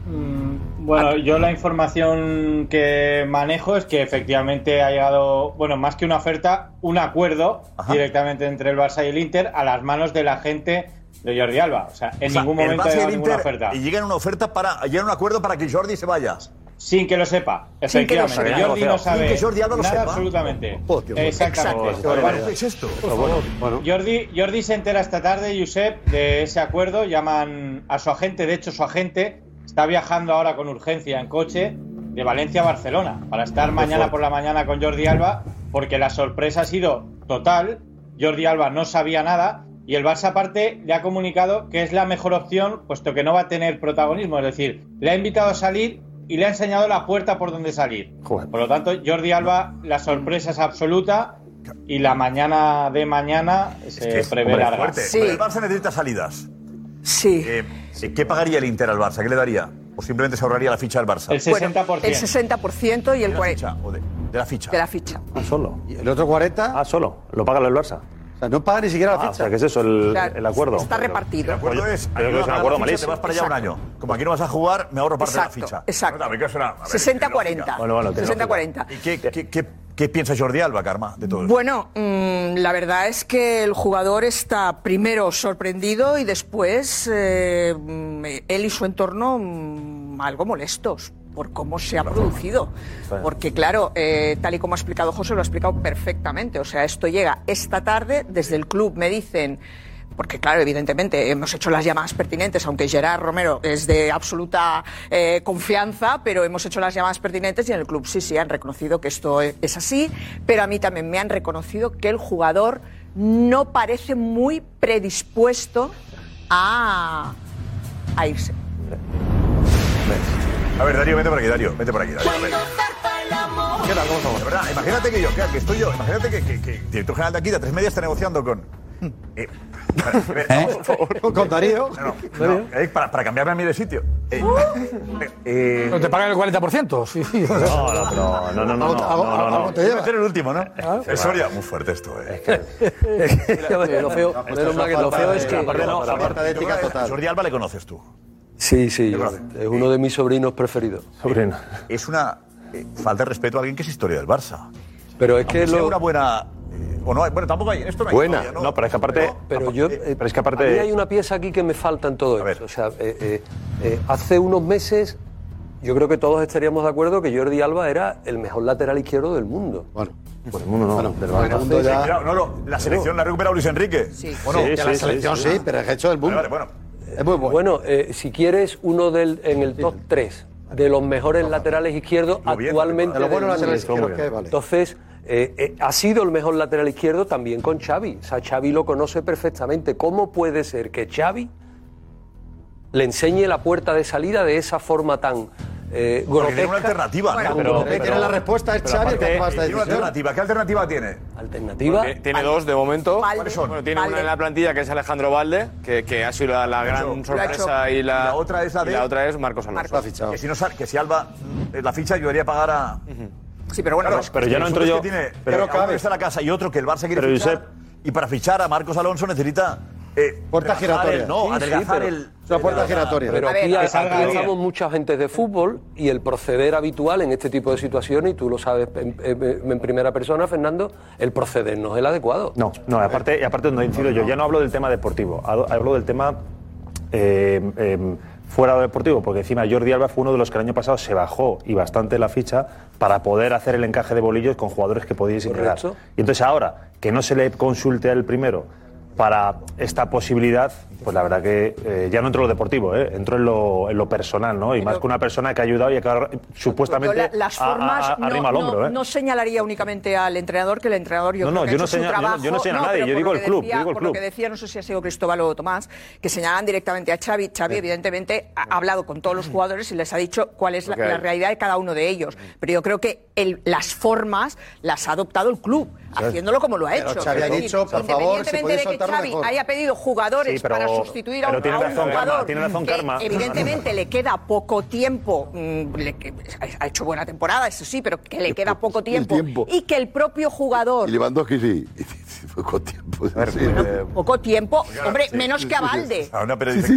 Speaker 15: Mm, Bueno, yo la información que manejo es que efectivamente ha llegado, bueno, más que una oferta, un acuerdo directamente entre el Barça y el Inter a las manos de la gente de Jordi Alba. O sea, en
Speaker 7: O sea,
Speaker 15: ningún
Speaker 7: el
Speaker 15: momento ha
Speaker 7: Barça y el
Speaker 15: llegado ninguna
Speaker 7: Inter
Speaker 15: oferta.
Speaker 7: Y llegan una oferta para. Llegan a un acuerdo para que Jordi se vaya.
Speaker 15: Sin que lo sepa,
Speaker 7: Sin que lo
Speaker 15: efectivamente.
Speaker 7: sepa.
Speaker 15: Jordi no
Speaker 7: Sin
Speaker 15: sabe
Speaker 7: que Jordi Alba lo
Speaker 15: nada
Speaker 7: sepa.
Speaker 15: absolutamente.
Speaker 7: Oh, tío,
Speaker 15: Exactamente.
Speaker 7: exacto.
Speaker 15: Pero bueno,
Speaker 7: ¿Qué es esto?
Speaker 15: Jordi, Jordi se entera esta tarde, Josep, de ese acuerdo. Llaman a su agente. De hecho, su agente está viajando ahora con urgencia en coche de Valencia a Barcelona para estar mañana por la mañana con Jordi Alba, porque la sorpresa ha sido total. Jordi Alba no sabía nada y el Barça, aparte, le ha comunicado que es la mejor opción, puesto que no va a tener protagonismo. Es decir, le ha invitado a salir y le ha enseñado la puerta por donde salir. Por lo tanto, Jordi Alba, la sorpresa es absoluta. Y la mañana de mañana se prevé
Speaker 7: Hombre,
Speaker 15: larga.
Speaker 7: fuerte. El Barça necesita salidas. Sí. ¿Qué pagaría el Inter al Barça? ¿Qué le daría? ¿O simplemente se ahorraría la ficha al Barça?
Speaker 16: Bueno, el 60% y el 40%
Speaker 7: O de, de la ficha.
Speaker 16: de la ficha.
Speaker 14: Ah, solo. ¿El otro 40? Ah, solo. Lo paga el Barça. O sea, no paga ni siquiera
Speaker 16: la
Speaker 14: O sea, ¿qué es eso? El,
Speaker 16: Claro,
Speaker 14: el acuerdo.
Speaker 16: Está repartido.
Speaker 7: El acuerdo es,
Speaker 14: creo que es un
Speaker 7: ayuda a pagar
Speaker 14: acuerdo
Speaker 7: la ficha, Te
Speaker 14: malísimo.
Speaker 7: vas para allá un
Speaker 16: Exacto.
Speaker 7: año. Como aquí no vas a jugar, me ahorro parte de la
Speaker 16: Exacto,
Speaker 7: ficha.
Speaker 16: exacto.
Speaker 7: No, también que suena- a ver,
Speaker 16: 60-40.
Speaker 7: Bueno, bueno, tiene
Speaker 16: 60-40.
Speaker 7: ¿Y qué, qué, qué, qué piensa Jordi Alba, Karma, de todo esto?
Speaker 16: Bueno, mm, la verdad es que el jugador está primero sorprendido y después eh, mm, él y su entorno mm, algo molestos por cómo se ha producido. Porque claro, eh, tal y como ha explicado José, lo ha explicado perfectamente. O sea, esto llega esta tarde, desde el club me dicen... Porque, claro, evidentemente hemos hecho las llamadas pertinentes, aunque Gerard Romero es de absoluta eh, confianza, pero hemos hecho las llamadas pertinentes y en el club sí, sí, han reconocido que esto e- es así, pero a mí también me han reconocido que el jugador no parece muy predispuesto a, a irse.
Speaker 7: A ver, Darío, vete por aquí, Darío. Vete por aquí, Darío. a ver. ¿Qué tal? ¿Cómo estamos? De verdad, imagínate que yo, que, que estoy yo, imagínate que, que, que el director general de aquí de a tres medias está negociando con Eh, Por favor, con Darío. para, para cambiarme a mí de sitio. Eh, eh,
Speaker 3: ¿No te pagan el 40%? Sí, sí.
Speaker 7: No, no, pero no, no, no, no, no,
Speaker 3: Algo-
Speaker 7: no,
Speaker 3: algo-
Speaker 7: no.
Speaker 3: algo te lleva.
Speaker 7: Voy a hacer el último, ¿no? Es Soria, muy fuerte esto, eh.
Speaker 17: Lo feo, menos mal que lo feo es que.
Speaker 7: Aparte, no, aparte de ética total. Jordi Alba le conoces tú.
Speaker 17: Sí, sí, es uno de mis sobrinos preferidos. Sobrino.
Speaker 7: Es una eh, falta de respeto a alguien que es historia del Barça.
Speaker 17: Pero es que
Speaker 7: Aunque sea
Speaker 17: lo-
Speaker 7: una buena eh, o no, hay- bueno, tampoco hay en esto no hay
Speaker 17: Buena.
Speaker 7: historia,
Speaker 17: No, pero es que aparte-
Speaker 7: pero eh,
Speaker 17: yo
Speaker 7: pero es que
Speaker 17: A mí hay una pieza aquí que me falta en todo esto. O sea, eh, eh, eh, hace unos meses yo creo que todos estaríamos de acuerdo que Jordi Alba era el mejor lateral izquierdo del mundo. Bueno,
Speaker 7: el mundo no,
Speaker 17: del Barça.
Speaker 7: Sí, sí, claro, no, no, la selección la ha recuperado Luis Enrique. Sí.
Speaker 17: Sí, sí, sí, sí, sí,
Speaker 7: pero es hecho del mundo.
Speaker 17: Es muy bueno. eh, si quieres uno del, en el top 3 de los mejores laterales izquierdos actualmente.
Speaker 7: de los buenos
Speaker 17: del
Speaker 7: laterales
Speaker 17: mundo.
Speaker 7: izquierdos que hay, vale.
Speaker 17: Entonces, eh, eh, ha sido el mejor lateral izquierdo también con Xavi. O sea, Xavi lo conoce perfectamente. ¿Cómo puede ser que Xavi le enseñe la puerta de salida de esa forma tan eh,
Speaker 7: Porque tiene
Speaker 17: grotesca?
Speaker 7: una alternativa,
Speaker 17: Tan
Speaker 7: ¿no?
Speaker 17: grotesca.
Speaker 7: Pero aparte, eh, tiene una alternativa. ¿Qué alternativa tiene?
Speaker 17: Alternativa.
Speaker 11: Tiene dos de momento.
Speaker 7: ¿Cuáles son?
Speaker 11: Bueno, tiene una en la plantilla que es Alejandro Valde, que, que ha sido la, la gran
Speaker 7: Lo ha hecho.
Speaker 11: sorpresa y la,
Speaker 7: Y la otra es la
Speaker 11: y
Speaker 7: de-
Speaker 11: otra es Marcos Alonso.
Speaker 7: Que si, no, sal- que si Alba eh, la ficha, yo debería pagar a. Sí, pero
Speaker 11: bueno, no,
Speaker 7: pero ya no entro yo. Tiene,
Speaker 11: pero-
Speaker 7: pero
Speaker 11: Pero cabe.
Speaker 7: está la casa y otro que el Barça quiere
Speaker 11: Pero,
Speaker 7: fichar. Y para fichar a Marcos Alonso necesita. Eh,
Speaker 17: Puerta
Speaker 7: rebajar
Speaker 17: giratoria.
Speaker 7: el- no,
Speaker 17: Sí, sí,
Speaker 7: adelgazar
Speaker 17: pero-
Speaker 7: el.
Speaker 17: pero- Pero
Speaker 7: A ver,
Speaker 17: aquí,
Speaker 7: que salga
Speaker 17: aquí
Speaker 7: bien.
Speaker 17: estamos mucha gente de fútbol y el proceder habitual en este tipo de situaciones, y tú lo sabes en, en- en primera persona, Fernando, el proceder no es el adecuado.
Speaker 14: No, no, aparte, y aparte no incido yo, ya no hablo del tema deportivo, hablo hablo del tema eh, eh, fuera de deportivo, porque encima Jordi Alba fue uno de los que el año pasado se bajó y bastante la ficha para poder hacer el encaje de bolillos con jugadores que podíais integrar.
Speaker 17: Correcto.
Speaker 14: Y entonces ahora, que no se le consulte al primero para esta posibilidad, pues la verdad que eh, ya no entro en lo deportivo, ¿eh? entro en lo, en lo personal, ¿no? Y más que una persona que ha ayudado y que ahora,
Speaker 16: Yo
Speaker 14: supuestamente
Speaker 16: la- las
Speaker 14: a- a-
Speaker 16: formas
Speaker 14: a-
Speaker 16: no,
Speaker 14: arrima al
Speaker 16: no-
Speaker 14: hombro. ¿eh?
Speaker 16: no señalaría únicamente al entrenador, que el entrenador yo
Speaker 14: No,
Speaker 16: creo
Speaker 14: no,
Speaker 16: que
Speaker 14: yo
Speaker 16: ha
Speaker 14: no
Speaker 16: hecho su
Speaker 14: señalo- yo no- yo no
Speaker 16: trabajo.
Speaker 14: señalo a nadie,
Speaker 16: pero
Speaker 14: yo
Speaker 16: por
Speaker 14: digo
Speaker 16: lo
Speaker 14: el
Speaker 16: que
Speaker 14: club, yo
Speaker 16: decía-
Speaker 14: digo el
Speaker 16: Por lo que
Speaker 14: club.
Speaker 16: decía, no sé si ha sido Cristóbal o Tomás, que señalaban directamente a Xavi. Xavi, evidentemente, ha hablado con todos los jugadores y les ha dicho cuál es la,
Speaker 11: Ok.
Speaker 16: la realidad de cada uno de ellos. Pero yo creo que el- las formas las ha adoptado el club, haciéndolo como lo ha
Speaker 7: Pero
Speaker 16: hecho.
Speaker 7: Xavi ha
Speaker 16: Es decir,
Speaker 7: dicho, por favor,
Speaker 16: independientemente
Speaker 7: si podéis
Speaker 16: de que
Speaker 7: soltarlo
Speaker 16: Xavi
Speaker 7: mejor.
Speaker 16: haya pedido jugadores
Speaker 14: Sí, pero-
Speaker 16: para sustituir a un,
Speaker 14: pero tiene
Speaker 16: a un
Speaker 14: razón, Karma,
Speaker 16: jugador
Speaker 14: tiene razón,
Speaker 16: que
Speaker 14: Karma.
Speaker 16: evidentemente le queda poco tiempo, mm, le- que ha hecho buena temporada, eso sí, pero que le queda poco tiempo,
Speaker 6: tiempo.
Speaker 16: y que el propio jugador
Speaker 6: Y Lewandowski sí. sí, fue con tiempo. sí.
Speaker 16: poco tiempo,
Speaker 6: Claro,
Speaker 16: hombre,
Speaker 6: sí,
Speaker 16: menos
Speaker 6: sí,
Speaker 16: que a
Speaker 6: sí, sí.
Speaker 16: Valde.
Speaker 6: eh, Ah, no, pero dice-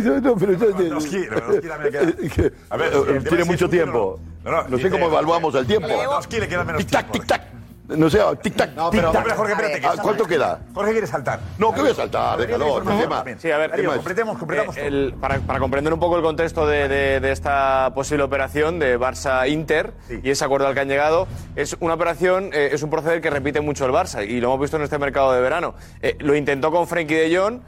Speaker 6: Lewandowski, Lewandowski también le queda. A ver, el tema es si es útil o No, no, sé cómo evaluamos el tiempo.
Speaker 7: Lewandowski le queda menos tiempo.
Speaker 6: No sé, tic tac.
Speaker 7: No,
Speaker 6: tic,
Speaker 7: pero,
Speaker 6: tac.
Speaker 7: pero Jorge, espérate. que
Speaker 6: Ah,
Speaker 7: está-
Speaker 6: ¿Cuánto queda?
Speaker 7: Jorge quiere saltar.
Speaker 6: No, que voy a saltar, déjalo.
Speaker 7: Información
Speaker 6: Benzema.
Speaker 7: también. Sí, a ver,
Speaker 6: Benzema.
Speaker 7: completemos, completemos.
Speaker 11: Eh, el- para, para comprender un poco el contexto de, de- de esta posible operación de Barça-Inter y ese acuerdo al que han llegado, es una operación, eh, es un proceder que repite mucho el Barça y lo hemos visto en este mercado de verano. Eh, lo intentó con Frenkie de Jong,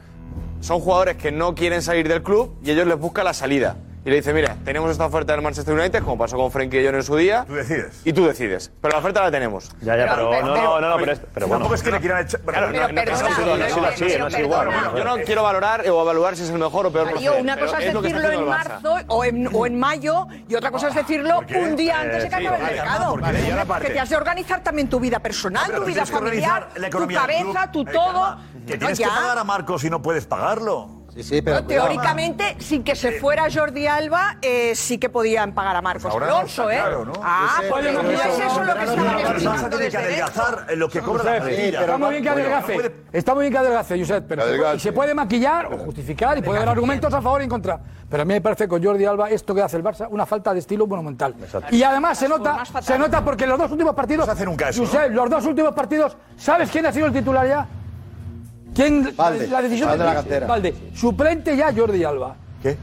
Speaker 11: son jugadores que no quieren salir del club y ellos les busca la salida. Y le dice, mira, tenemos esta oferta del Manchester United, como pasó con Frenkie de Jong en su día. Tú
Speaker 7: decides.
Speaker 11: Y tú decides. Pero la oferta la tenemos.
Speaker 14: Ya, ya, pero, no, no, no, no, pero, es- pero bueno.
Speaker 11: Tampoco es
Speaker 7: que le quieran echar.
Speaker 11: Claro, no, no,
Speaker 14: perdona,
Speaker 11: no ha sido- no ha sido
Speaker 14: pero-
Speaker 11: así,
Speaker 14: pero
Speaker 11: no ha sido
Speaker 14: perdona.
Speaker 11: igual. Yo no quiero valorar o evaluar si es el mejor o peor
Speaker 16: Darío,
Speaker 11: proceder,
Speaker 16: una
Speaker 11: pero
Speaker 16: cosa es,
Speaker 11: lo que está
Speaker 16: decirlo en
Speaker 11: haciendo el Barça.
Speaker 16: marzo o en, o en mayo y otra cosa es decirlo un día antes de que
Speaker 11: Eh, sí,
Speaker 16: acabe el
Speaker 11: vale,
Speaker 16: mercado.
Speaker 11: Karma, porque- y ahora
Speaker 16: Porque
Speaker 11: parte.
Speaker 16: te has de organizar también tu vida personal,
Speaker 7: Pero
Speaker 16: tu vida
Speaker 7: tienes que
Speaker 16: familiar,
Speaker 7: organizar la
Speaker 16: tu
Speaker 7: economía del
Speaker 16: cabeza, tu
Speaker 7: club. Eh,
Speaker 16: todo.
Speaker 7: calma,
Speaker 16: No,
Speaker 7: Que tienes
Speaker 16: ya.
Speaker 7: que pagar a Marcos y no puedes pagarlo.
Speaker 17: Sí, sí,
Speaker 16: No, teóricamente, sin que se fuera Jordi Alba, eh, sí que podían pagar a Marcos
Speaker 7: Ahora no
Speaker 16: Alonso,
Speaker 7: está
Speaker 16: ¿eh?
Speaker 7: claro, ¿no?
Speaker 16: Ah,
Speaker 7: Ese-
Speaker 16: pues no
Speaker 7: pero
Speaker 16: es
Speaker 7: eso-
Speaker 16: eso lo que
Speaker 7: pero
Speaker 16: estaban
Speaker 7: el Barça
Speaker 16: exigiendo
Speaker 7: tiene que
Speaker 16: desde dentro.
Speaker 7: adelgazar en lo que cobra la
Speaker 3: Josep,
Speaker 7: plantilla.
Speaker 3: Está muy bien que
Speaker 7: Bueno,
Speaker 3: adelgace.
Speaker 7: no puede-
Speaker 3: Está muy bien que adelgace, Josep, pero se puede, y se puede maquillar o justificar y puede haber argumentos a favor y en contra. Pero a mí me parece con Jordi Alba esto que hace el Barça una falta de estilo monumental. Y además se nota, se nota porque los dos últimos partidos. Josep, los dos últimos partidos, ¿sabes quién ha sido el titular ya? ¿Quién?
Speaker 14: Valde,
Speaker 3: la decisión
Speaker 14: Valde de la cantera.
Speaker 3: Valde. Suplente ya Jordi Alba. ¿Qué?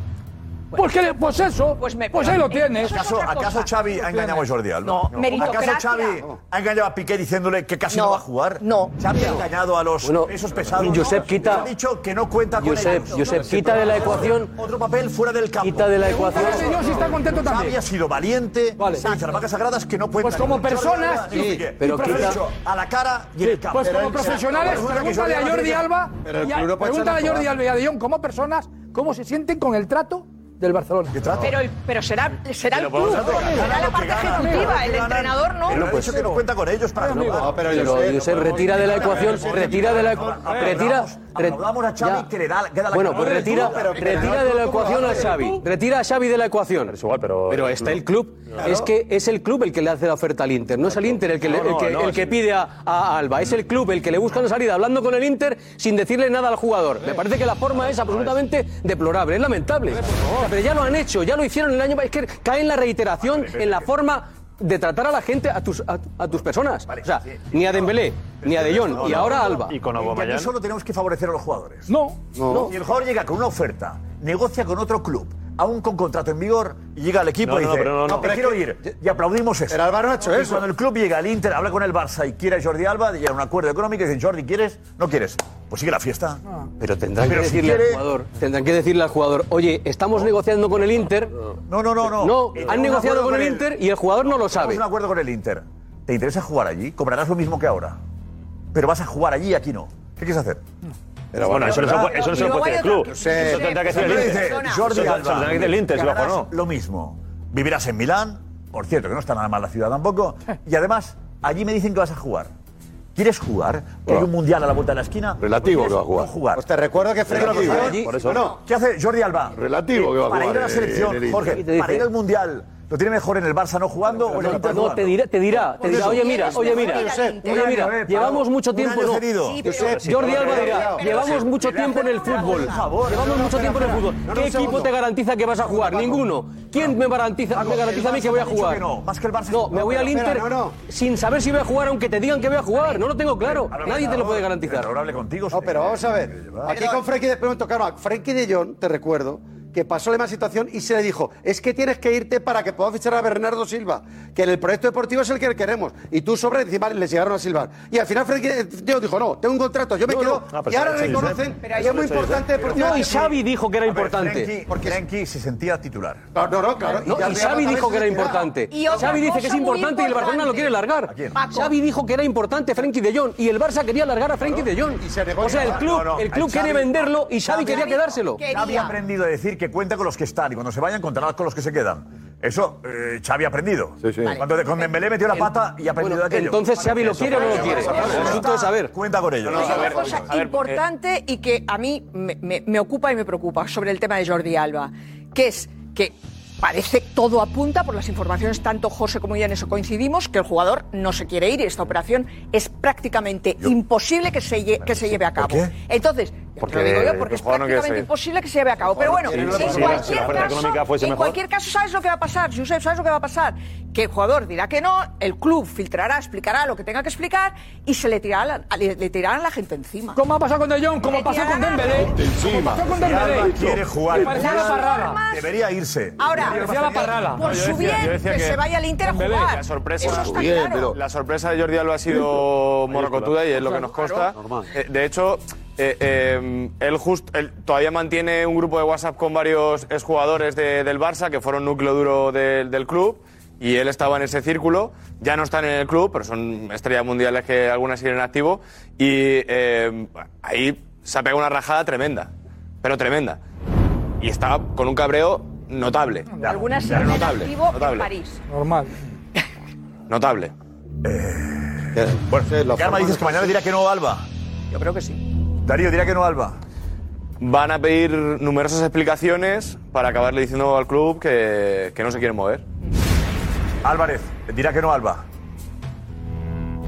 Speaker 3: Pues, que- pues eso, pues, ahí lo tienes.
Speaker 7: ¿Acaso, acaso Xavi ha engañado a Jordi Alba?
Speaker 3: No,
Speaker 7: ¿Acaso
Speaker 3: meritocracia.
Speaker 7: Xavi ha engañado a Piqué diciéndole que casi no, va a jugar? No. Xavi ha engañado a los pesos pesados.
Speaker 17: Josep,
Speaker 7: ¿no?
Speaker 17: quita-
Speaker 7: Ha dicho que no cuenta con
Speaker 17: Josep,
Speaker 7: ellos.
Speaker 17: Josep, quita de la ecuación-
Speaker 7: Otro papel fuera del campo.
Speaker 17: Quita de la ecuación-
Speaker 3: Pregúntale a Dios si está contento también.
Speaker 7: Xavi ha sido valiente. Vale. Dice a las vacas sagradas que no cuenta.
Speaker 3: Pues como personas, sí, pero quita-
Speaker 7: a la cara y en el campo.
Speaker 3: Pues como
Speaker 7: Pero él-
Speaker 3: profesionales,
Speaker 7: Resulta que
Speaker 3: pregúntale a Jordi Alba,
Speaker 7: Pero el
Speaker 3: y a-
Speaker 7: club no puede
Speaker 3: pregúntale
Speaker 7: echar
Speaker 3: a Jordi
Speaker 7: la
Speaker 3: Alba y a De Jong como personas cómo se sienten con el trato del Barcelona.
Speaker 16: Pero, el- pero será, será el
Speaker 3: lo podemos
Speaker 16: club,
Speaker 3: hacer,
Speaker 16: ¿no? será la parte ejecutiva, el entrenador no.
Speaker 7: Pero ha
Speaker 3: pues,
Speaker 7: dicho que no cuenta con ellos para jugar.
Speaker 17: Pero Josep, retira de la ecuación, retira de la ecu- retira,
Speaker 7: Aplaudamos a Xavi
Speaker 5: Ya.
Speaker 7: que le da, que da la
Speaker 5: bueno,
Speaker 7: cara.
Speaker 5: pues
Speaker 7: No,
Speaker 5: retira,
Speaker 7: tú, pero-
Speaker 5: retira
Speaker 7: pero-
Speaker 5: de la
Speaker 7: ¿cómo lo
Speaker 5: ecuación a
Speaker 7: haces?
Speaker 5: Xavi. Retira a Xavi de la ecuación. pero, está el club.
Speaker 7: Claro.
Speaker 5: Es que es el club el que le hace la oferta al Inter. No es el Inter el que, le-
Speaker 17: No, no,
Speaker 5: el que,
Speaker 17: no,
Speaker 5: el
Speaker 17: es
Speaker 5: que
Speaker 17: el-
Speaker 5: pide a, a Alba. Es el club el que le busca una salida hablando con el Inter sin decirle nada al jugador. Me parece que la forma es absolutamente deplorable. Es lamentable. O sea, Pero ya lo han hecho, ya lo hicieron el año pasado. Es que cae en la reiteración, en la forma de tratar a la gente, a tus, a, a tus personas. O sea, ni a Dembélé, ni a De Jong, y ahora Alba.
Speaker 7: Y aquí solo tenemos que favorecer a los jugadores.
Speaker 3: No,
Speaker 5: No.
Speaker 7: Si el jugador llega con una oferta, negocia con otro club, aún con contrato en vigor, y llega al equipo
Speaker 6: No,
Speaker 7: y
Speaker 6: no,
Speaker 7: dice,
Speaker 6: pero no, no.
Speaker 7: me
Speaker 6: Pero
Speaker 7: quiero
Speaker 6: es que-
Speaker 7: ir. Y aplaudimos eso.
Speaker 6: Pero Álvaro no ha hecho
Speaker 7: Y
Speaker 6: eso.
Speaker 7: cuando el club llega al Inter, habla con el Barça y quiere a Jordi Alba, llega a un acuerdo económico y dice, Jordi, ¿quieres? ¿No quieres? Pues sigue la fiesta.
Speaker 5: Pero tendrán
Speaker 7: Pero
Speaker 5: que
Speaker 7: si
Speaker 5: decirle
Speaker 7: quiere-
Speaker 5: al jugador, tendrán que decirle al jugador, oye, estamos negociando con el Inter.
Speaker 7: No, no, no, no.
Speaker 5: No,
Speaker 7: Eh,
Speaker 5: han
Speaker 7: un
Speaker 5: negociado
Speaker 7: acuerdo
Speaker 5: con el
Speaker 7: con el-
Speaker 5: Inter y el jugador no lo sabe.
Speaker 7: Tenemos un acuerdo con el Inter. ¿Te interesa jugar allí? Cobrarás lo mismo que ahora. Pero vas a jugar allí y aquí no. ¿Qué quieres hacer?
Speaker 14: Pero bueno, eso no se lo puede- eso no se lo puede decir el club. Eso tendrá que decir el Inter.
Speaker 7: Siempre dice,
Speaker 14: Persona. Eso
Speaker 7: Jordi Alba,
Speaker 14: se lo tendrá que decir el Inter, si lo
Speaker 7: ganarás
Speaker 14: ganó.
Speaker 7: Lo mismo. Vivirás en Milán, por cierto, que no está nada mal la ciudad tampoco. Y además, allí me dicen que vas a jugar. ¿Quieres jugar? ¿Que hay un mundial a la vuelta de la esquina?
Speaker 6: Relativo
Speaker 7: Pues
Speaker 6: que va a jugar.
Speaker 7: no jugar.
Speaker 6: Pues te recuerdo que Frenkie
Speaker 7: Pero una cosa,
Speaker 6: Allí- por eso.
Speaker 7: Bueno, ¿Qué hace Jordi Alba?
Speaker 6: Relativo que va a
Speaker 7: Para
Speaker 6: jugar
Speaker 7: ir a la
Speaker 6: en el
Speaker 7: selección,
Speaker 6: Inter.
Speaker 7: Jorge,
Speaker 6: Y te dice-
Speaker 7: para ir al mundial. ¿Lo tiene mejor en el Barça no jugando o en el
Speaker 5: No,
Speaker 7: Inter
Speaker 5: no,
Speaker 7: jugando?
Speaker 5: te dirá, te dirá, te
Speaker 7: Por
Speaker 5: dirá,
Speaker 7: eso.
Speaker 5: oye mira, oye mira,
Speaker 7: Eres mejor en el
Speaker 5: oye
Speaker 7: Inter.
Speaker 5: mira,
Speaker 7: Un año,
Speaker 5: llevamos
Speaker 7: eh,
Speaker 5: mucho
Speaker 7: un
Speaker 5: tiempo,
Speaker 7: año
Speaker 5: no.
Speaker 7: cedido. Sí, pero-
Speaker 5: Josep, Jordi
Speaker 7: pero-
Speaker 5: Alba dirá,
Speaker 7: pero-
Speaker 5: llevamos
Speaker 7: pero-
Speaker 5: mucho
Speaker 7: pero-
Speaker 5: tiempo en el
Speaker 7: pero-
Speaker 5: fútbol,
Speaker 7: por favor,
Speaker 5: llevamos
Speaker 7: no, no,
Speaker 5: mucho
Speaker 7: espera,
Speaker 5: tiempo en el
Speaker 7: espera.
Speaker 5: fútbol.
Speaker 7: No, no,
Speaker 5: ¿Qué
Speaker 7: un
Speaker 5: equipo
Speaker 7: segundo.
Speaker 5: te garantiza que vas a jugar? Ninguno. ¿Quién me garantiza, me garantiza a mí que voy a jugar? No, me voy al Inter sin saber si voy a jugar, aunque te digan que voy a jugar. No lo tengo claro. Nadie te lo puede garantizar.
Speaker 7: contigo.
Speaker 13: No, pero vamos a ver. Aquí con Frenkie de primero tocaron a Frenkie de Jong, te recuerdo, que pasó la misma situación y se le dijo, es que tienes que irte para que pueda fichar a Bernardo Silva, que en el proyecto deportivo es el que queremos. Y tú sobre encima le llegaron a silbar. Y al final Frenkie de Jong dijo, no, tengo un contrato, yo me quedo.
Speaker 7: No, pero
Speaker 13: y ahora
Speaker 7: eso lo ha hecho
Speaker 13: reconocen,
Speaker 7: Josep.
Speaker 13: pero
Speaker 7: Eso
Speaker 13: es muy
Speaker 7: lo ha hecho
Speaker 13: importante
Speaker 7: Josep.
Speaker 13: deportivamente.
Speaker 5: dijo que
Speaker 7: A ver, Frenkie- Frenkie se sentía titular.
Speaker 13: No, no, no, claro.
Speaker 5: No, y Xavi dijo que era importante.
Speaker 7: Y otra
Speaker 5: Xavi dice
Speaker 7: cosa
Speaker 5: que es
Speaker 7: muy
Speaker 5: importante y el Barcelona
Speaker 7: importante.
Speaker 5: lo quiere largar.
Speaker 7: Paco.
Speaker 5: Xavi dijo que era importante Frenkie de Jong y el Barça quería largar a Frenkie de Jong. o sea, el club, el club quiere venderlo y Xavi, quería quedárselo.
Speaker 7: Xavi ha aprendido a decir que cuenta con los que están y cuando se vayan contará con los que se quedan. Eso eh, Xavi ha aprendido.
Speaker 6: Vale.
Speaker 7: Cuando de- con Dembélé metió la pata y ha aprendido
Speaker 5: Bueno,
Speaker 7: aquello.
Speaker 5: entonces Xavi lo quiere o no lo quiere. El asunto es saber.
Speaker 7: Cuenta con ello.
Speaker 16: Hay una cosa importante y que a mí me, me- me ocupa y me preocupa sobre el tema de Jordi Alba, que es que parece todo apunta, por las informaciones tanto José como yo en eso coincidimos, que el jugador no se quiere ir y esta operación es prácticamente imposible que se, lle- que se lleve a cabo. Entonces, ya te lo digo yo,
Speaker 14: el
Speaker 16: porque es
Speaker 14: jugador no quiere
Speaker 16: prácticamente
Speaker 14: salir.
Speaker 16: imposible que se lleve a cabo. Pero bueno,
Speaker 14: Sí,
Speaker 16: en
Speaker 14: no es posible. Si la
Speaker 16: cualquier
Speaker 14: oferta económica
Speaker 16: caso,
Speaker 14: fuese
Speaker 16: en
Speaker 14: mejor.
Speaker 16: cualquier caso, ¿sabes lo que va a pasar? Josep, ¿sabes lo que va a pasar? Que el jugador dirá que no, el club filtrará, explicará lo que tenga que explicar y se le tirará, la- le, le tirarán la gente encima.
Speaker 3: ¿Cómo ha pasado con De Jong? ¿Cómo pasó con Dembélé? ¿Cómo pasó con
Speaker 7: Si Alba
Speaker 3: Dembélé?
Speaker 7: quiere jugar.
Speaker 3: Me parecía la parrada.
Speaker 7: Debería irse.
Speaker 16: Ahora,
Speaker 7: Debería irse.
Speaker 16: por su bien, que, se vaya al Inter a
Speaker 11: Dembélé,
Speaker 16: jugar.
Speaker 11: La sorpresa,
Speaker 16: Eso está
Speaker 11: Bien,
Speaker 16: claro.
Speaker 11: pero- la sorpresa de Jordi Alba ha sido morrocotuda y es lo que nos consta. Eh, de hecho, eh, eh, él, just- él todavía mantiene un grupo de WhatsApp con varios exjugadores de- del Barça que fueron núcleo duro de- del club. Y él estaba en ese círculo, ya no están en el club, pero son estrellas mundiales que algunas siguen en activo. Y eh, ahí se ha pegado una rajada tremenda, pero tremenda. Y está con un cabreo notable.
Speaker 16: Algunas
Speaker 11: pero
Speaker 16: siguen en
Speaker 11: notable,
Speaker 16: activo en
Speaker 11: notable.
Speaker 16: París.
Speaker 3: Normal.
Speaker 11: Notable.
Speaker 7: Bueno, Karma dices que mañana dirá que no Alba.
Speaker 16: Yo creo que sí.
Speaker 7: Darío dirá que no Alba.
Speaker 11: Van a pedir numerosas explicaciones para acabarle diciendo al club que, que no se quieren mover.
Speaker 7: Álvarez, dirá que no Alba.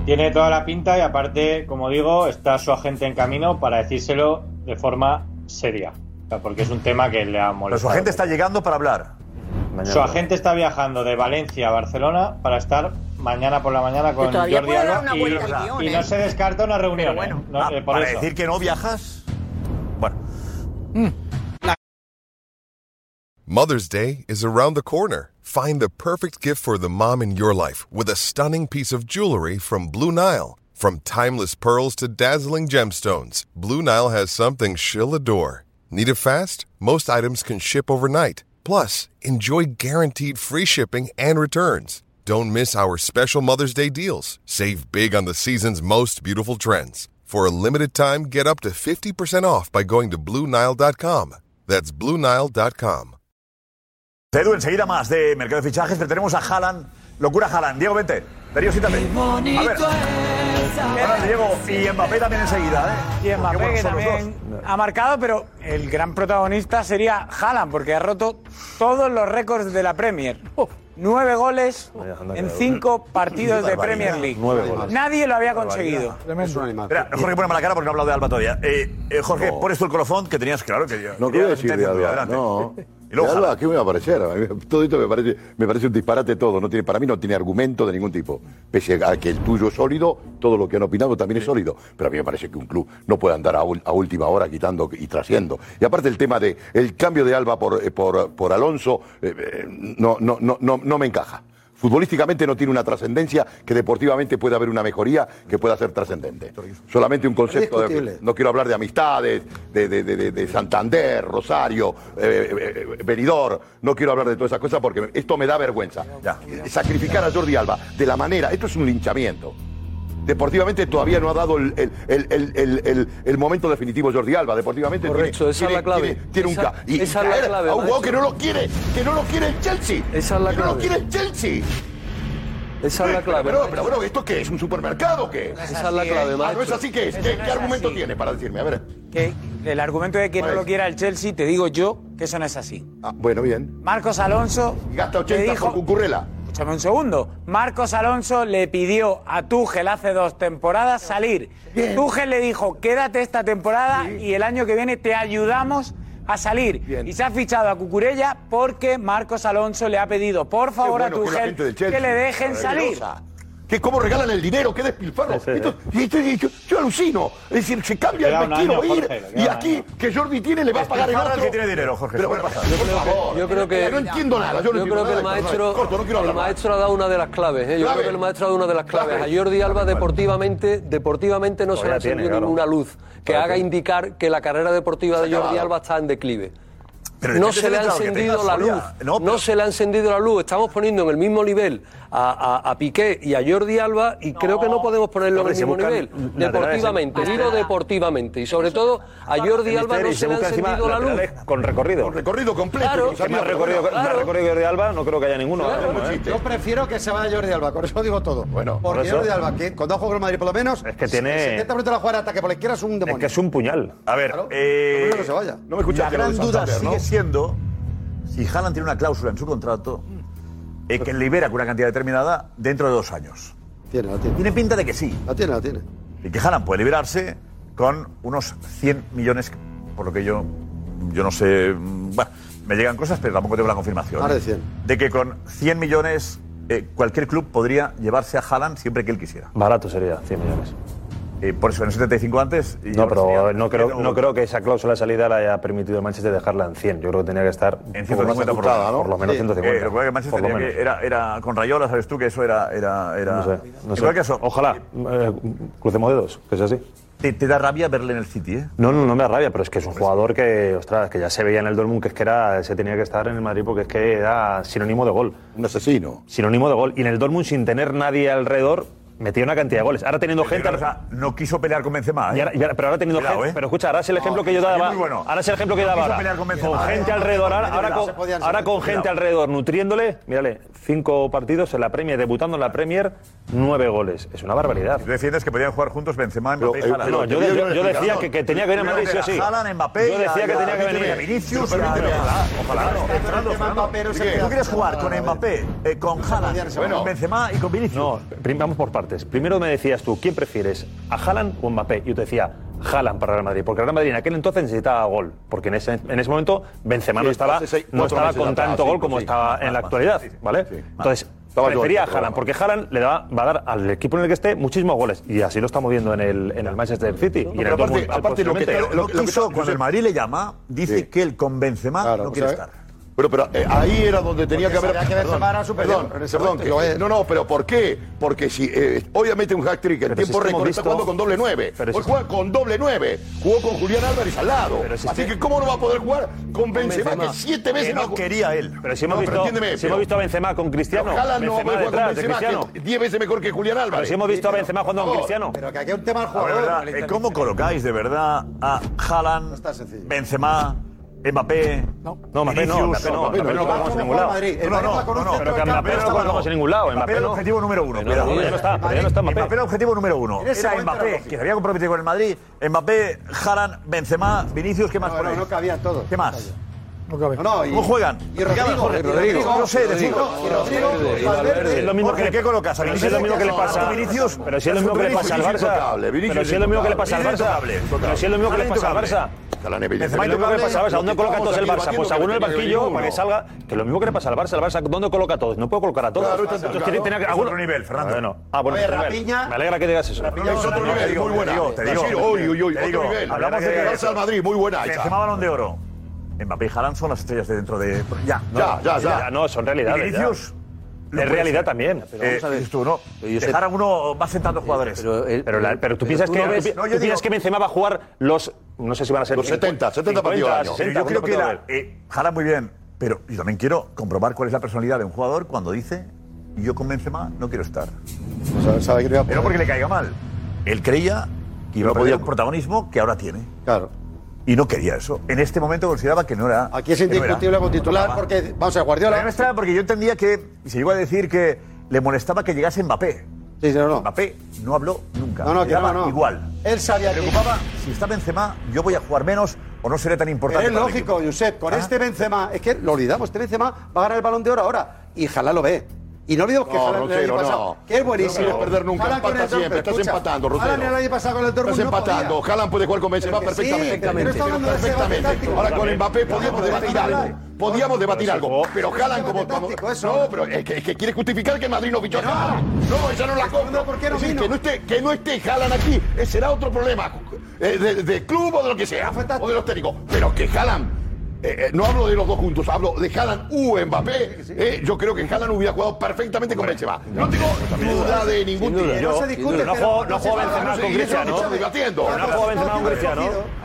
Speaker 15: Tiene toda la pinta y aparte, como digo, está su agente en camino para decírselo de forma seria. O sea, porque es un tema que le ha
Speaker 7: Pero su
Speaker 15: molestado.
Speaker 7: agente está llegando para hablar.
Speaker 15: Su agente está viajando de Valencia a Barcelona para estar mañana por la mañana con
Speaker 7: Que todavía
Speaker 15: Jordi
Speaker 7: puede dar
Speaker 15: Alba
Speaker 7: una
Speaker 15: y,
Speaker 7: vuelta al guión,
Speaker 15: y
Speaker 7: ¿eh?
Speaker 15: no se descarta una
Speaker 7: Pero
Speaker 15: reunión.
Speaker 7: bueno.
Speaker 15: ¿eh? No,
Speaker 7: Ah,
Speaker 15: eh, por
Speaker 7: para
Speaker 15: eso.
Speaker 7: decir que no viajas.
Speaker 1: Mother's Day is around the corner. Find the perfect gift for the mom in your life with a stunning piece of jewelry from Blue Nile. From timeless pearls to dazzling gemstones, Blue Nile has something she'll adore. Need it fast? Most items can ship overnight. Plus, enjoy guaranteed free shipping and returns. Don't miss our special Mother's Day deals. Save big on the season's most beautiful trends. For a limited time, get up to 50% off by going to BlueNile.com. That's BlueNile.com.
Speaker 7: Edu, enseguida más de mercado de fichajes, pero tenemos a Haaland. Locura Haaland. Diego, vente. Darío, sítate. A ver. Ahora, Diego, y Mbappé también enseguida, ¿eh?
Speaker 9: Y Mbappé,
Speaker 7: Porque,
Speaker 9: que
Speaker 7: bueno, son los
Speaker 9: también ha marcado, pero el gran protagonista sería Haaland, porque ha roto todos los récords de la Premier. Nueve goles en cinco partidos de Premier League.
Speaker 6: Nueve goles.
Speaker 9: Nadie lo había
Speaker 6: Barbaridad.
Speaker 9: conseguido.
Speaker 7: Espera, Jorge, ponme la cara porque no he hablado de Alba todavía. Eh, eh, Jorge, pones tú el colofón que tenías claro que...
Speaker 6: No quiero decir de Alba, no. De Alba, ¿qué me va a parecer? A mí Todo esto me parece, me parece un disparate todo. No tiene, para mí no tiene argumento de ningún tipo. Pese a que el tuyo es sólido, todo lo que han opinado también es sólido. Pero a mí me parece que un club no puede andar a, ul- a última hora quitando y trasiendo. Y aparte el tema de el cambio de Alba por, eh, por, por Alonso eh, eh, no, no, no, no, no me encaja. Futbolísticamente no tiene una trascendencia que deportivamente pueda haber una mejoría que pueda ser trascendente. Solamente un concepto de,
Speaker 13: Discutible.
Speaker 6: no quiero hablar de amistades, de, de- de- de- de Santander, Rosario, eh, eh, eh, Benidorm, no quiero hablar de todas esas cosas porque esto me da vergüenza. Eh, Sacrificar a Jordi Alba de la manera, esto es un linchamiento. Deportivamente todavía no ha dado el, el- el- el- el- el- el momento definitivo Jordi Alba. Deportivamente
Speaker 17: Correcto,
Speaker 6: tiene,
Speaker 17: esa es
Speaker 6: tiene-
Speaker 17: la clave.
Speaker 6: tiene- tiene un
Speaker 17: Esa-
Speaker 6: ca- y- y
Speaker 17: esa es la
Speaker 6: caer
Speaker 17: clave,
Speaker 6: a un juego
Speaker 17: maestro.
Speaker 6: que no lo quiere, que no lo quiere el Chelsea.
Speaker 17: Esa es la
Speaker 6: que no lo
Speaker 17: clave.
Speaker 6: quiere el Chelsea.
Speaker 17: Esa es la
Speaker 6: Pero,
Speaker 17: clave,
Speaker 6: pero,
Speaker 17: maestro.
Speaker 6: bueno, ¿esto qué es? ¿Un supermercado o qué?
Speaker 9: es Esa es la así, clave, ¿eh?
Speaker 6: Ah, no es
Speaker 9: maestro.
Speaker 6: así que es. ¿Qué,
Speaker 9: Eso
Speaker 6: qué
Speaker 9: no es
Speaker 6: argumento
Speaker 9: así.
Speaker 6: tiene para decirme? A ver. Pues.
Speaker 9: Que el argumento de que no lo quiera el Chelsea, te digo yo que eso no es así.
Speaker 6: bueno, bien.
Speaker 9: Marcos Alonso.
Speaker 6: Gasta 80
Speaker 9: le
Speaker 6: por Cucurrela.
Speaker 9: Escúchame un segundo. Marcos Alonso le pidió a Tuchel hace dos temporadas salir. Tuchel le dijo, quédate esta temporada y el año que viene te ayudamos a salir. Y se ha fichado a Cucurella porque Marcos Alonso le ha pedido, por favor,
Speaker 6: bueno
Speaker 9: a
Speaker 6: que la
Speaker 9: Tuchel
Speaker 6: gente del
Speaker 9: que,
Speaker 6: Chelsea
Speaker 9: le
Speaker 6: es
Speaker 9: dejen salir.
Speaker 6: maravillosa. Que cómo regalan el dinero, qué despilfarro. Esto- y esto- y yo, yo alucino. Es decir, se cambia,
Speaker 7: Le queda
Speaker 6: me
Speaker 7: un
Speaker 6: quiero
Speaker 7: año,
Speaker 6: ir.
Speaker 7: Jorge, le queda
Speaker 6: y
Speaker 7: un
Speaker 6: aquí, que Jordi tiene, le va a pagar el
Speaker 7: Despilfarra
Speaker 6: otro.
Speaker 7: el que tiene dinero, Jorge.
Speaker 6: Pero bueno, por favor.
Speaker 17: Yo creo que.
Speaker 6: No entiendo nada. Yo, no
Speaker 17: yo
Speaker 6: entiendo nada
Speaker 17: creo que el
Speaker 6: de esto,
Speaker 17: maestro.
Speaker 6: no, corto, no quiero
Speaker 17: el
Speaker 6: hablar más.
Speaker 17: maestro ha dado una de las claves. ¿eh? Yo
Speaker 6: Clave.
Speaker 17: creo que el maestro ha dado una de las claves.
Speaker 6: Clave.
Speaker 17: A Jordi Alba deportivamente, deportivamente no se le
Speaker 14: Todavía
Speaker 17: ha encendido
Speaker 14: tiene, claro.
Speaker 17: ninguna luz que
Speaker 14: Todavía
Speaker 17: haga
Speaker 14: tiene.
Speaker 17: indicar que la carrera deportiva de Jordi
Speaker 14: acabado.
Speaker 17: Alba está en declive.
Speaker 7: Pero ¿qué
Speaker 17: no
Speaker 7: te
Speaker 17: se le ha
Speaker 7: entra lo que
Speaker 17: encendido
Speaker 7: tengas,
Speaker 17: la
Speaker 7: Soria?
Speaker 17: luz.
Speaker 7: No,
Speaker 17: No, se le ha encendido la luz. Estamos poniendo en el mismo nivel a, a- a Piqué y a Jordi Alba y creo que no podemos ponerlo en
Speaker 4: Hombre,
Speaker 17: el
Speaker 4: se
Speaker 17: mismo
Speaker 4: buscan
Speaker 17: nivel.
Speaker 4: laterales
Speaker 17: Deportivamente,
Speaker 4: en-
Speaker 17: digo deportivamente. Y sobre todo a Jordi
Speaker 4: El
Speaker 17: Alba no
Speaker 4: misterio,
Speaker 17: se le ha
Speaker 4: busca encima
Speaker 17: encendido la luz.
Speaker 4: laterales Con recorrido. Con
Speaker 6: recorrido completo.
Speaker 17: Claro.
Speaker 4: Que más recorrido,
Speaker 17: Claro.
Speaker 4: más recorrido de Alba no creo que haya ninguno. ahora mismo, ¿eh?
Speaker 13: Yo prefiero que se vaya Jordi Alba, con eso digo todo. Bueno, Porque
Speaker 14: por eso-
Speaker 13: Jordi Alba, que cuando ha jugado con el Madrid por lo menos, es
Speaker 14: que tiene-
Speaker 13: el 70% de la jugada de ataque por la izquierda es un demonio.
Speaker 14: que es un puñal.
Speaker 7: A ver,
Speaker 13: Lo
Speaker 7: eh,
Speaker 13: bueno que se vaya. No me
Speaker 6: escuchas
Speaker 7: la
Speaker 6: que lo
Speaker 7: gran
Speaker 6: de
Speaker 7: duda
Speaker 6: Santander, ¿no?
Speaker 7: sigue siendo si Haaland tiene una cláusula en su contrato eh, que libera con una cantidad determinada dentro de dos años.
Speaker 13: Tiene, la tiene.
Speaker 7: Tiene pinta de que sí.
Speaker 13: La tiene, la tiene.
Speaker 7: Y que Haaland puede liberarse con unos 100 millones, por lo que yo, yo no sé, mm, bueno, me llegan cosas, pero tampoco tengo la confirmación.
Speaker 13: Más de
Speaker 7: ¿eh?
Speaker 13: 100.
Speaker 7: De que con 100 millones eh, cualquier club podría llevarse a Haaland siempre que él quisiera.
Speaker 14: Barato sería, 100 millones.
Speaker 7: Eh, por eso en el 75 antes... y
Speaker 14: No,
Speaker 7: yo
Speaker 14: pero
Speaker 7: sería-
Speaker 14: no creo, no creo que esa cláusula de salida la haya permitido el Manchester dejarla en 100. Yo creo que tenía que estar un
Speaker 7: En
Speaker 14: poco
Speaker 7: 150
Speaker 14: más ajustada, Por lo menos
Speaker 7: Sí. Eh,
Speaker 14: 150.
Speaker 7: recuerda que
Speaker 14: por
Speaker 7: Manchester
Speaker 14: lo
Speaker 7: tenía
Speaker 14: menos.
Speaker 7: que- era, era con Rayola, sabes tú que eso era... era, era
Speaker 14: No sé,
Speaker 7: En
Speaker 14: no sé.
Speaker 7: cualquier caso,
Speaker 14: Ojalá, eh, crucemos dedos, que es así.
Speaker 7: te, te da rabia verle en el City, ¿eh?
Speaker 14: No, no, no me da rabia, pero es que
Speaker 7: Pues
Speaker 14: es un jugador que, ostras, que ya se veía en el Dortmund que es que era, se tenía que estar en el Madrid porque es que era sinónimo de gol.
Speaker 6: Un asesino.
Speaker 14: Sinónimo de gol. Y en el Dortmund, sin tener nadie alrededor, metía una cantidad de goles. Ahora teniendo gente...
Speaker 7: no quiso pelear con Benzema, ¿eh?
Speaker 14: Y ahora- y ahora- pero ahora teniendo
Speaker 7: Cuidado,
Speaker 14: gente...
Speaker 7: ¿eh?
Speaker 14: Pero escucha, ahora es el ejemplo que yo
Speaker 7: Oye,
Speaker 14: daba...
Speaker 7: muy bueno.
Speaker 14: Ahora es el ejemplo que yo
Speaker 7: No
Speaker 14: daba
Speaker 7: quiso
Speaker 14: ahora.
Speaker 7: pelear con Benzema.
Speaker 14: con
Speaker 7: Cuidado,
Speaker 14: gente
Speaker 7: eh.
Speaker 14: alrededor, ahora, ahora
Speaker 7: Cuidado.
Speaker 14: con,
Speaker 7: Se podían
Speaker 14: ahora
Speaker 7: sentar.
Speaker 14: con gente
Speaker 7: Cuidado.
Speaker 14: alrededor, nutriéndole, mírale, cinco partidos en la Premier, debutando en la Premier, nueve goles. Es una barbaridad.
Speaker 7: Tú defiendes que podían jugar juntos Benzema, Mbappé
Speaker 14: Pero,
Speaker 7: y
Speaker 14: eh,
Speaker 7: Haaland.
Speaker 14: no, yo- yo- yo decía que- que tenía que venir a Madrid sí o sí.
Speaker 7: Haaland, Mbappé,
Speaker 14: Yo decía
Speaker 7: y a-
Speaker 14: que
Speaker 7: y a-
Speaker 14: tenía que
Speaker 7: permíteme,
Speaker 14: venir.
Speaker 7: a Vinicius,
Speaker 14: Pero
Speaker 7: y a-
Speaker 14: permíteme,
Speaker 7: ojalá,
Speaker 14: ojalá.
Speaker 7: ojalá. Fernando, Fernando, ¿Tú quieres jugar con Mbappé, eh, con Haaland, con Benzema y con Vinicius?
Speaker 14: No, prim- vamos por partes. Primero me decías tú, ¿quién prefieres, a Haaland o Mbappé? Yo te decía, Haaland para Real Madrid, porque Real Madrid en aquel entonces necesitaba gol, porque en ese, en ese momento Benzema
Speaker 6: Sí,
Speaker 14: no estaba,
Speaker 6: entonces seis-
Speaker 14: no
Speaker 6: cuatro
Speaker 14: estaba
Speaker 6: meses
Speaker 14: con
Speaker 6: atrás,
Speaker 14: tanto gol
Speaker 6: cinco,
Speaker 14: como
Speaker 6: sí. Ah,
Speaker 14: estaba en la actualidad, ¿vale? Entonces,
Speaker 6: Estaba yo
Speaker 14: prefería a
Speaker 6: antes, pero
Speaker 14: Haaland, porque Haaland le va, va a dar al equipo en el que esté muchísimos goles, y así lo estamos viendo en el, en el Manchester City. y en el
Speaker 7: Pero aparte,
Speaker 14: Dortmund,
Speaker 7: aparte lo que
Speaker 14: posiblemente.
Speaker 7: está- lo- lo que quiso, cuando el Madrid le llama, dice
Speaker 6: Sí.
Speaker 7: que él con Benzema no quiere
Speaker 6: pues, ¿sabes?
Speaker 7: estar.
Speaker 6: Pero, pero eh, ahí era donde tenía
Speaker 7: Porque
Speaker 6: que haber.
Speaker 7: sabía que Benzema era superior
Speaker 6: perdón,
Speaker 7: en ese
Speaker 6: perdón,
Speaker 7: momento.
Speaker 6: que- eh, no, no, pero ¿por qué? Porque si eh, obviamente un hack trick en
Speaker 14: Pero si
Speaker 6: tiempo
Speaker 14: es que hemos
Speaker 6: récord está
Speaker 14: visto-
Speaker 6: jugando con doble nueve.
Speaker 14: Pero si
Speaker 6: Hoy
Speaker 14: es-
Speaker 6: juega con doble nueve. Jugó con Julián Álvarez al lado.
Speaker 14: Pero si es
Speaker 6: Así
Speaker 14: que-
Speaker 6: que ¿cómo no va a poder jugar con Benzema, que siete veces
Speaker 7: no
Speaker 6: ha-
Speaker 7: quería él.
Speaker 14: Pero si hemos,
Speaker 6: No, pero
Speaker 14: visto,
Speaker 6: entiéndeme,
Speaker 14: si
Speaker 6: pero-
Speaker 14: hemos visto a Benzema con Cristiano,
Speaker 6: Pero Haaland no puede
Speaker 14: Benzema
Speaker 6: jugar con
Speaker 14: detrás de
Speaker 6: Benzema, que
Speaker 14: Cristiano.
Speaker 6: es diez veces mejor que Julián Álvarez. Eh,
Speaker 14: Pero si hemos visto a Benzema jugando con
Speaker 6: Por favor.
Speaker 14: Cristiano.
Speaker 13: Pero que aquí hay un tema al
Speaker 7: A ver,
Speaker 14: Eh,
Speaker 13: jugador.
Speaker 7: ¿verdad? Eh, ¿Cómo colocáis de verdad a Haaland, Benzema, Mbappé. No,
Speaker 14: Mbappé no, Mbappé no, Mbappé no lo colocamos en ningún lado. No, no, no, no, pero que Mbappé no lo colocamos en ningún lado.
Speaker 7: Mbappé
Speaker 14: Mbappé
Speaker 7: era el
Speaker 14: no.
Speaker 7: objetivo número uno.
Speaker 14: Pero no,
Speaker 7: cuidado.
Speaker 14: ya no está, pero ya no está Mbappé.
Speaker 7: era el objetivo número uno.
Speaker 14: Eres
Speaker 7: Era
Speaker 14: buen
Speaker 7: Mbappé,
Speaker 14: trabajo.
Speaker 7: que se había comprometido con el Madrid. Mbappé, Haran, Benzema, Vinicius, ¿qué más
Speaker 13: No,
Speaker 7: por
Speaker 13: no,
Speaker 7: ahí?
Speaker 13: no cabían todos.
Speaker 7: ¿Qué más?
Speaker 3: No cabe.
Speaker 7: ¿Cómo juegan?
Speaker 13: Y Rodrigo,
Speaker 7: ¿Qué
Speaker 13: y
Speaker 7: mejor?
Speaker 13: Rodrigo.
Speaker 7: Yo sé, de
Speaker 13: Rodrigo,
Speaker 7: fútbol.
Speaker 13: y Rodrigo, y Valverde.
Speaker 7: Es lo mismo que, ¿qué colocas? ¿A
Speaker 14: Pero si
Speaker 7: Vinicius?
Speaker 14: es lo mismo que le pasa
Speaker 7: ¿A Vinicius?
Speaker 14: Pero si es lo mismo que le pasa al
Speaker 7: Vinicius
Speaker 14: Barça.
Speaker 7: intocable, Vinicius
Speaker 14: Pero si es lo mismo que le pasa al
Speaker 7: intocable,
Speaker 14: Barça.
Speaker 7: Vinicius
Speaker 14: Pero si es lo mismo que le pasa al
Speaker 7: intocable.
Speaker 14: Barça.
Speaker 7: Catalán,
Speaker 14: Pero si
Speaker 7: Vinicius.
Speaker 14: es lo mismo que le pasa al Barça.
Speaker 7: Lo
Speaker 14: ¿Dónde
Speaker 7: que
Speaker 14: coloca todos el
Speaker 7: estábamos
Speaker 14: Barça?
Speaker 7: aquí
Speaker 14: Pues
Speaker 7: debatiendo
Speaker 14: alguno en el
Speaker 7: que tenía
Speaker 14: banquillo
Speaker 7: uno.
Speaker 14: para que salga. Que lo mismo que le pasa al Barça. El Barça, ¿dónde coloca a todos? No puede colocar a todos.
Speaker 7: Claro,
Speaker 14: Entonces
Speaker 7: claro.
Speaker 14: tiene que tener
Speaker 7: Es
Speaker 14: alguno-
Speaker 7: otro nivel, Fernando.
Speaker 14: Bueno, ah, bueno,
Speaker 7: A ver,
Speaker 14: otro nivel.
Speaker 7: Rafinha-
Speaker 14: Me alegra que digas eso.
Speaker 7: Es otro nivel, muy buena. Te digo,
Speaker 14: Decir, uy, uy, uy,
Speaker 7: te
Speaker 14: otro
Speaker 7: digo.
Speaker 14: nivel.
Speaker 7: Hablamos de
Speaker 14: Mira que
Speaker 7: Barça
Speaker 14: Barça
Speaker 7: al
Speaker 14: al
Speaker 7: Madrid, muy buena. Benzema Balón de Oro. Mbappé y Haaland son las estrellas de dentro de... Ya,
Speaker 14: No, ya, no, son realidades,
Speaker 7: Y Vinicius...
Speaker 14: ya. Es realidad también. Eh,
Speaker 7: Pero vamos a ver. tú, ¿no?
Speaker 14: yo sé- Eh,
Speaker 7: Dejar a uno va sentando jugadores.
Speaker 14: Pero, la- pero tú
Speaker 7: pero
Speaker 14: piensas
Speaker 7: tú
Speaker 14: que,
Speaker 7: no ves-
Speaker 14: tú pi-
Speaker 7: No, yo
Speaker 14: tú piensas
Speaker 7: digo-
Speaker 14: que Benzema va a jugar los no sé si van a ser
Speaker 7: Los 70, 70 partidos al año. Pero yo creo que
Speaker 14: la
Speaker 7: la, eh, jala muy bien, pero yo también quiero comprobar cuál es la personalidad de un jugador cuando dice yo con Benzema no quiero estar. Pero porque le caiga mal. Él creía que iba a poder el protagonismo que ahora tiene.
Speaker 13: Claro.
Speaker 7: Y no quería eso. En este momento consideraba que no era.
Speaker 13: Aquí es indiscutible con titular porque, vamos a ver, Guardiola.
Speaker 7: A mí me extraña porque yo entendía que se iba a decir que le molestaba que llegase Mbappé.
Speaker 13: Sí, sí, no, no.
Speaker 7: Mbappé no habló nunca.
Speaker 13: No, no,
Speaker 7: Le
Speaker 13: que no,
Speaker 7: daba
Speaker 13: no.
Speaker 7: Igual.
Speaker 13: Él sabía
Speaker 7: Le
Speaker 13: que-
Speaker 7: preocupaba si está Benzema, yo voy a jugar menos o no seré tan
Speaker 13: Pero
Speaker 7: importante.
Speaker 13: es
Speaker 7: para el Ah.
Speaker 13: lógico, Josep, con este Benzema, es que lo olvidamos, este Benzema va a ganar el balón de oro ahora y Jalá lo ve. Y no olvidemos que
Speaker 6: No,
Speaker 13: Jalá el año
Speaker 6: Rutero,
Speaker 13: pasado,
Speaker 6: no.
Speaker 13: que es buenísimo.
Speaker 6: No quieres perder nunca,
Speaker 13: Haaland con
Speaker 6: empata
Speaker 13: el Dortmund,
Speaker 6: siempre, estás
Speaker 13: escucha,
Speaker 6: empatando, Rutero.
Speaker 13: Haaland el año pasado con el Dortmund
Speaker 6: Estás
Speaker 13: no
Speaker 6: empatando.
Speaker 13: podía.
Speaker 6: Haaland puede jugar con Benzema
Speaker 13: Pero que sí,
Speaker 6: perfectamente.
Speaker 13: pero que no está hablando de ese
Speaker 6: perfectamente.
Speaker 13: táctico.
Speaker 6: Ahora con
Speaker 13: También.
Speaker 6: Mbappé podíamos
Speaker 13: Pero
Speaker 6: debatir
Speaker 13: no está
Speaker 6: algo.
Speaker 13: hablando.
Speaker 6: Podíamos debatir
Speaker 13: Pero
Speaker 6: algo.
Speaker 13: eso-
Speaker 6: Pero Haaland
Speaker 13: Pero
Speaker 6: como...
Speaker 13: qué táctico,
Speaker 6: como-
Speaker 13: eso.
Speaker 6: No, pero es que, es que quiere justificar que el Madrid no fichó a
Speaker 13: Que no.
Speaker 6: Haaland. No, esa no la compro.
Speaker 13: ¿por qué no
Speaker 6: Es decir,
Speaker 13: vino?
Speaker 6: Que no esté, que no esté Haaland aquí eh, será otro problema. eh, de, de club o de lo que sea. O de los técnicos. Pero que Haaland... eh, eh, no hablo de los dos juntos, hablo de Haaland u Mbappé. eh, yo creo que Haaland hubiera jugado perfectamente con Benzema. No tengo duda de ningún tipo.
Speaker 14: Yo- No jugó no jugó Benzema con Cristiano.
Speaker 6: Estamos debatiendo.
Speaker 14: No jugó Benzema con Cristiano.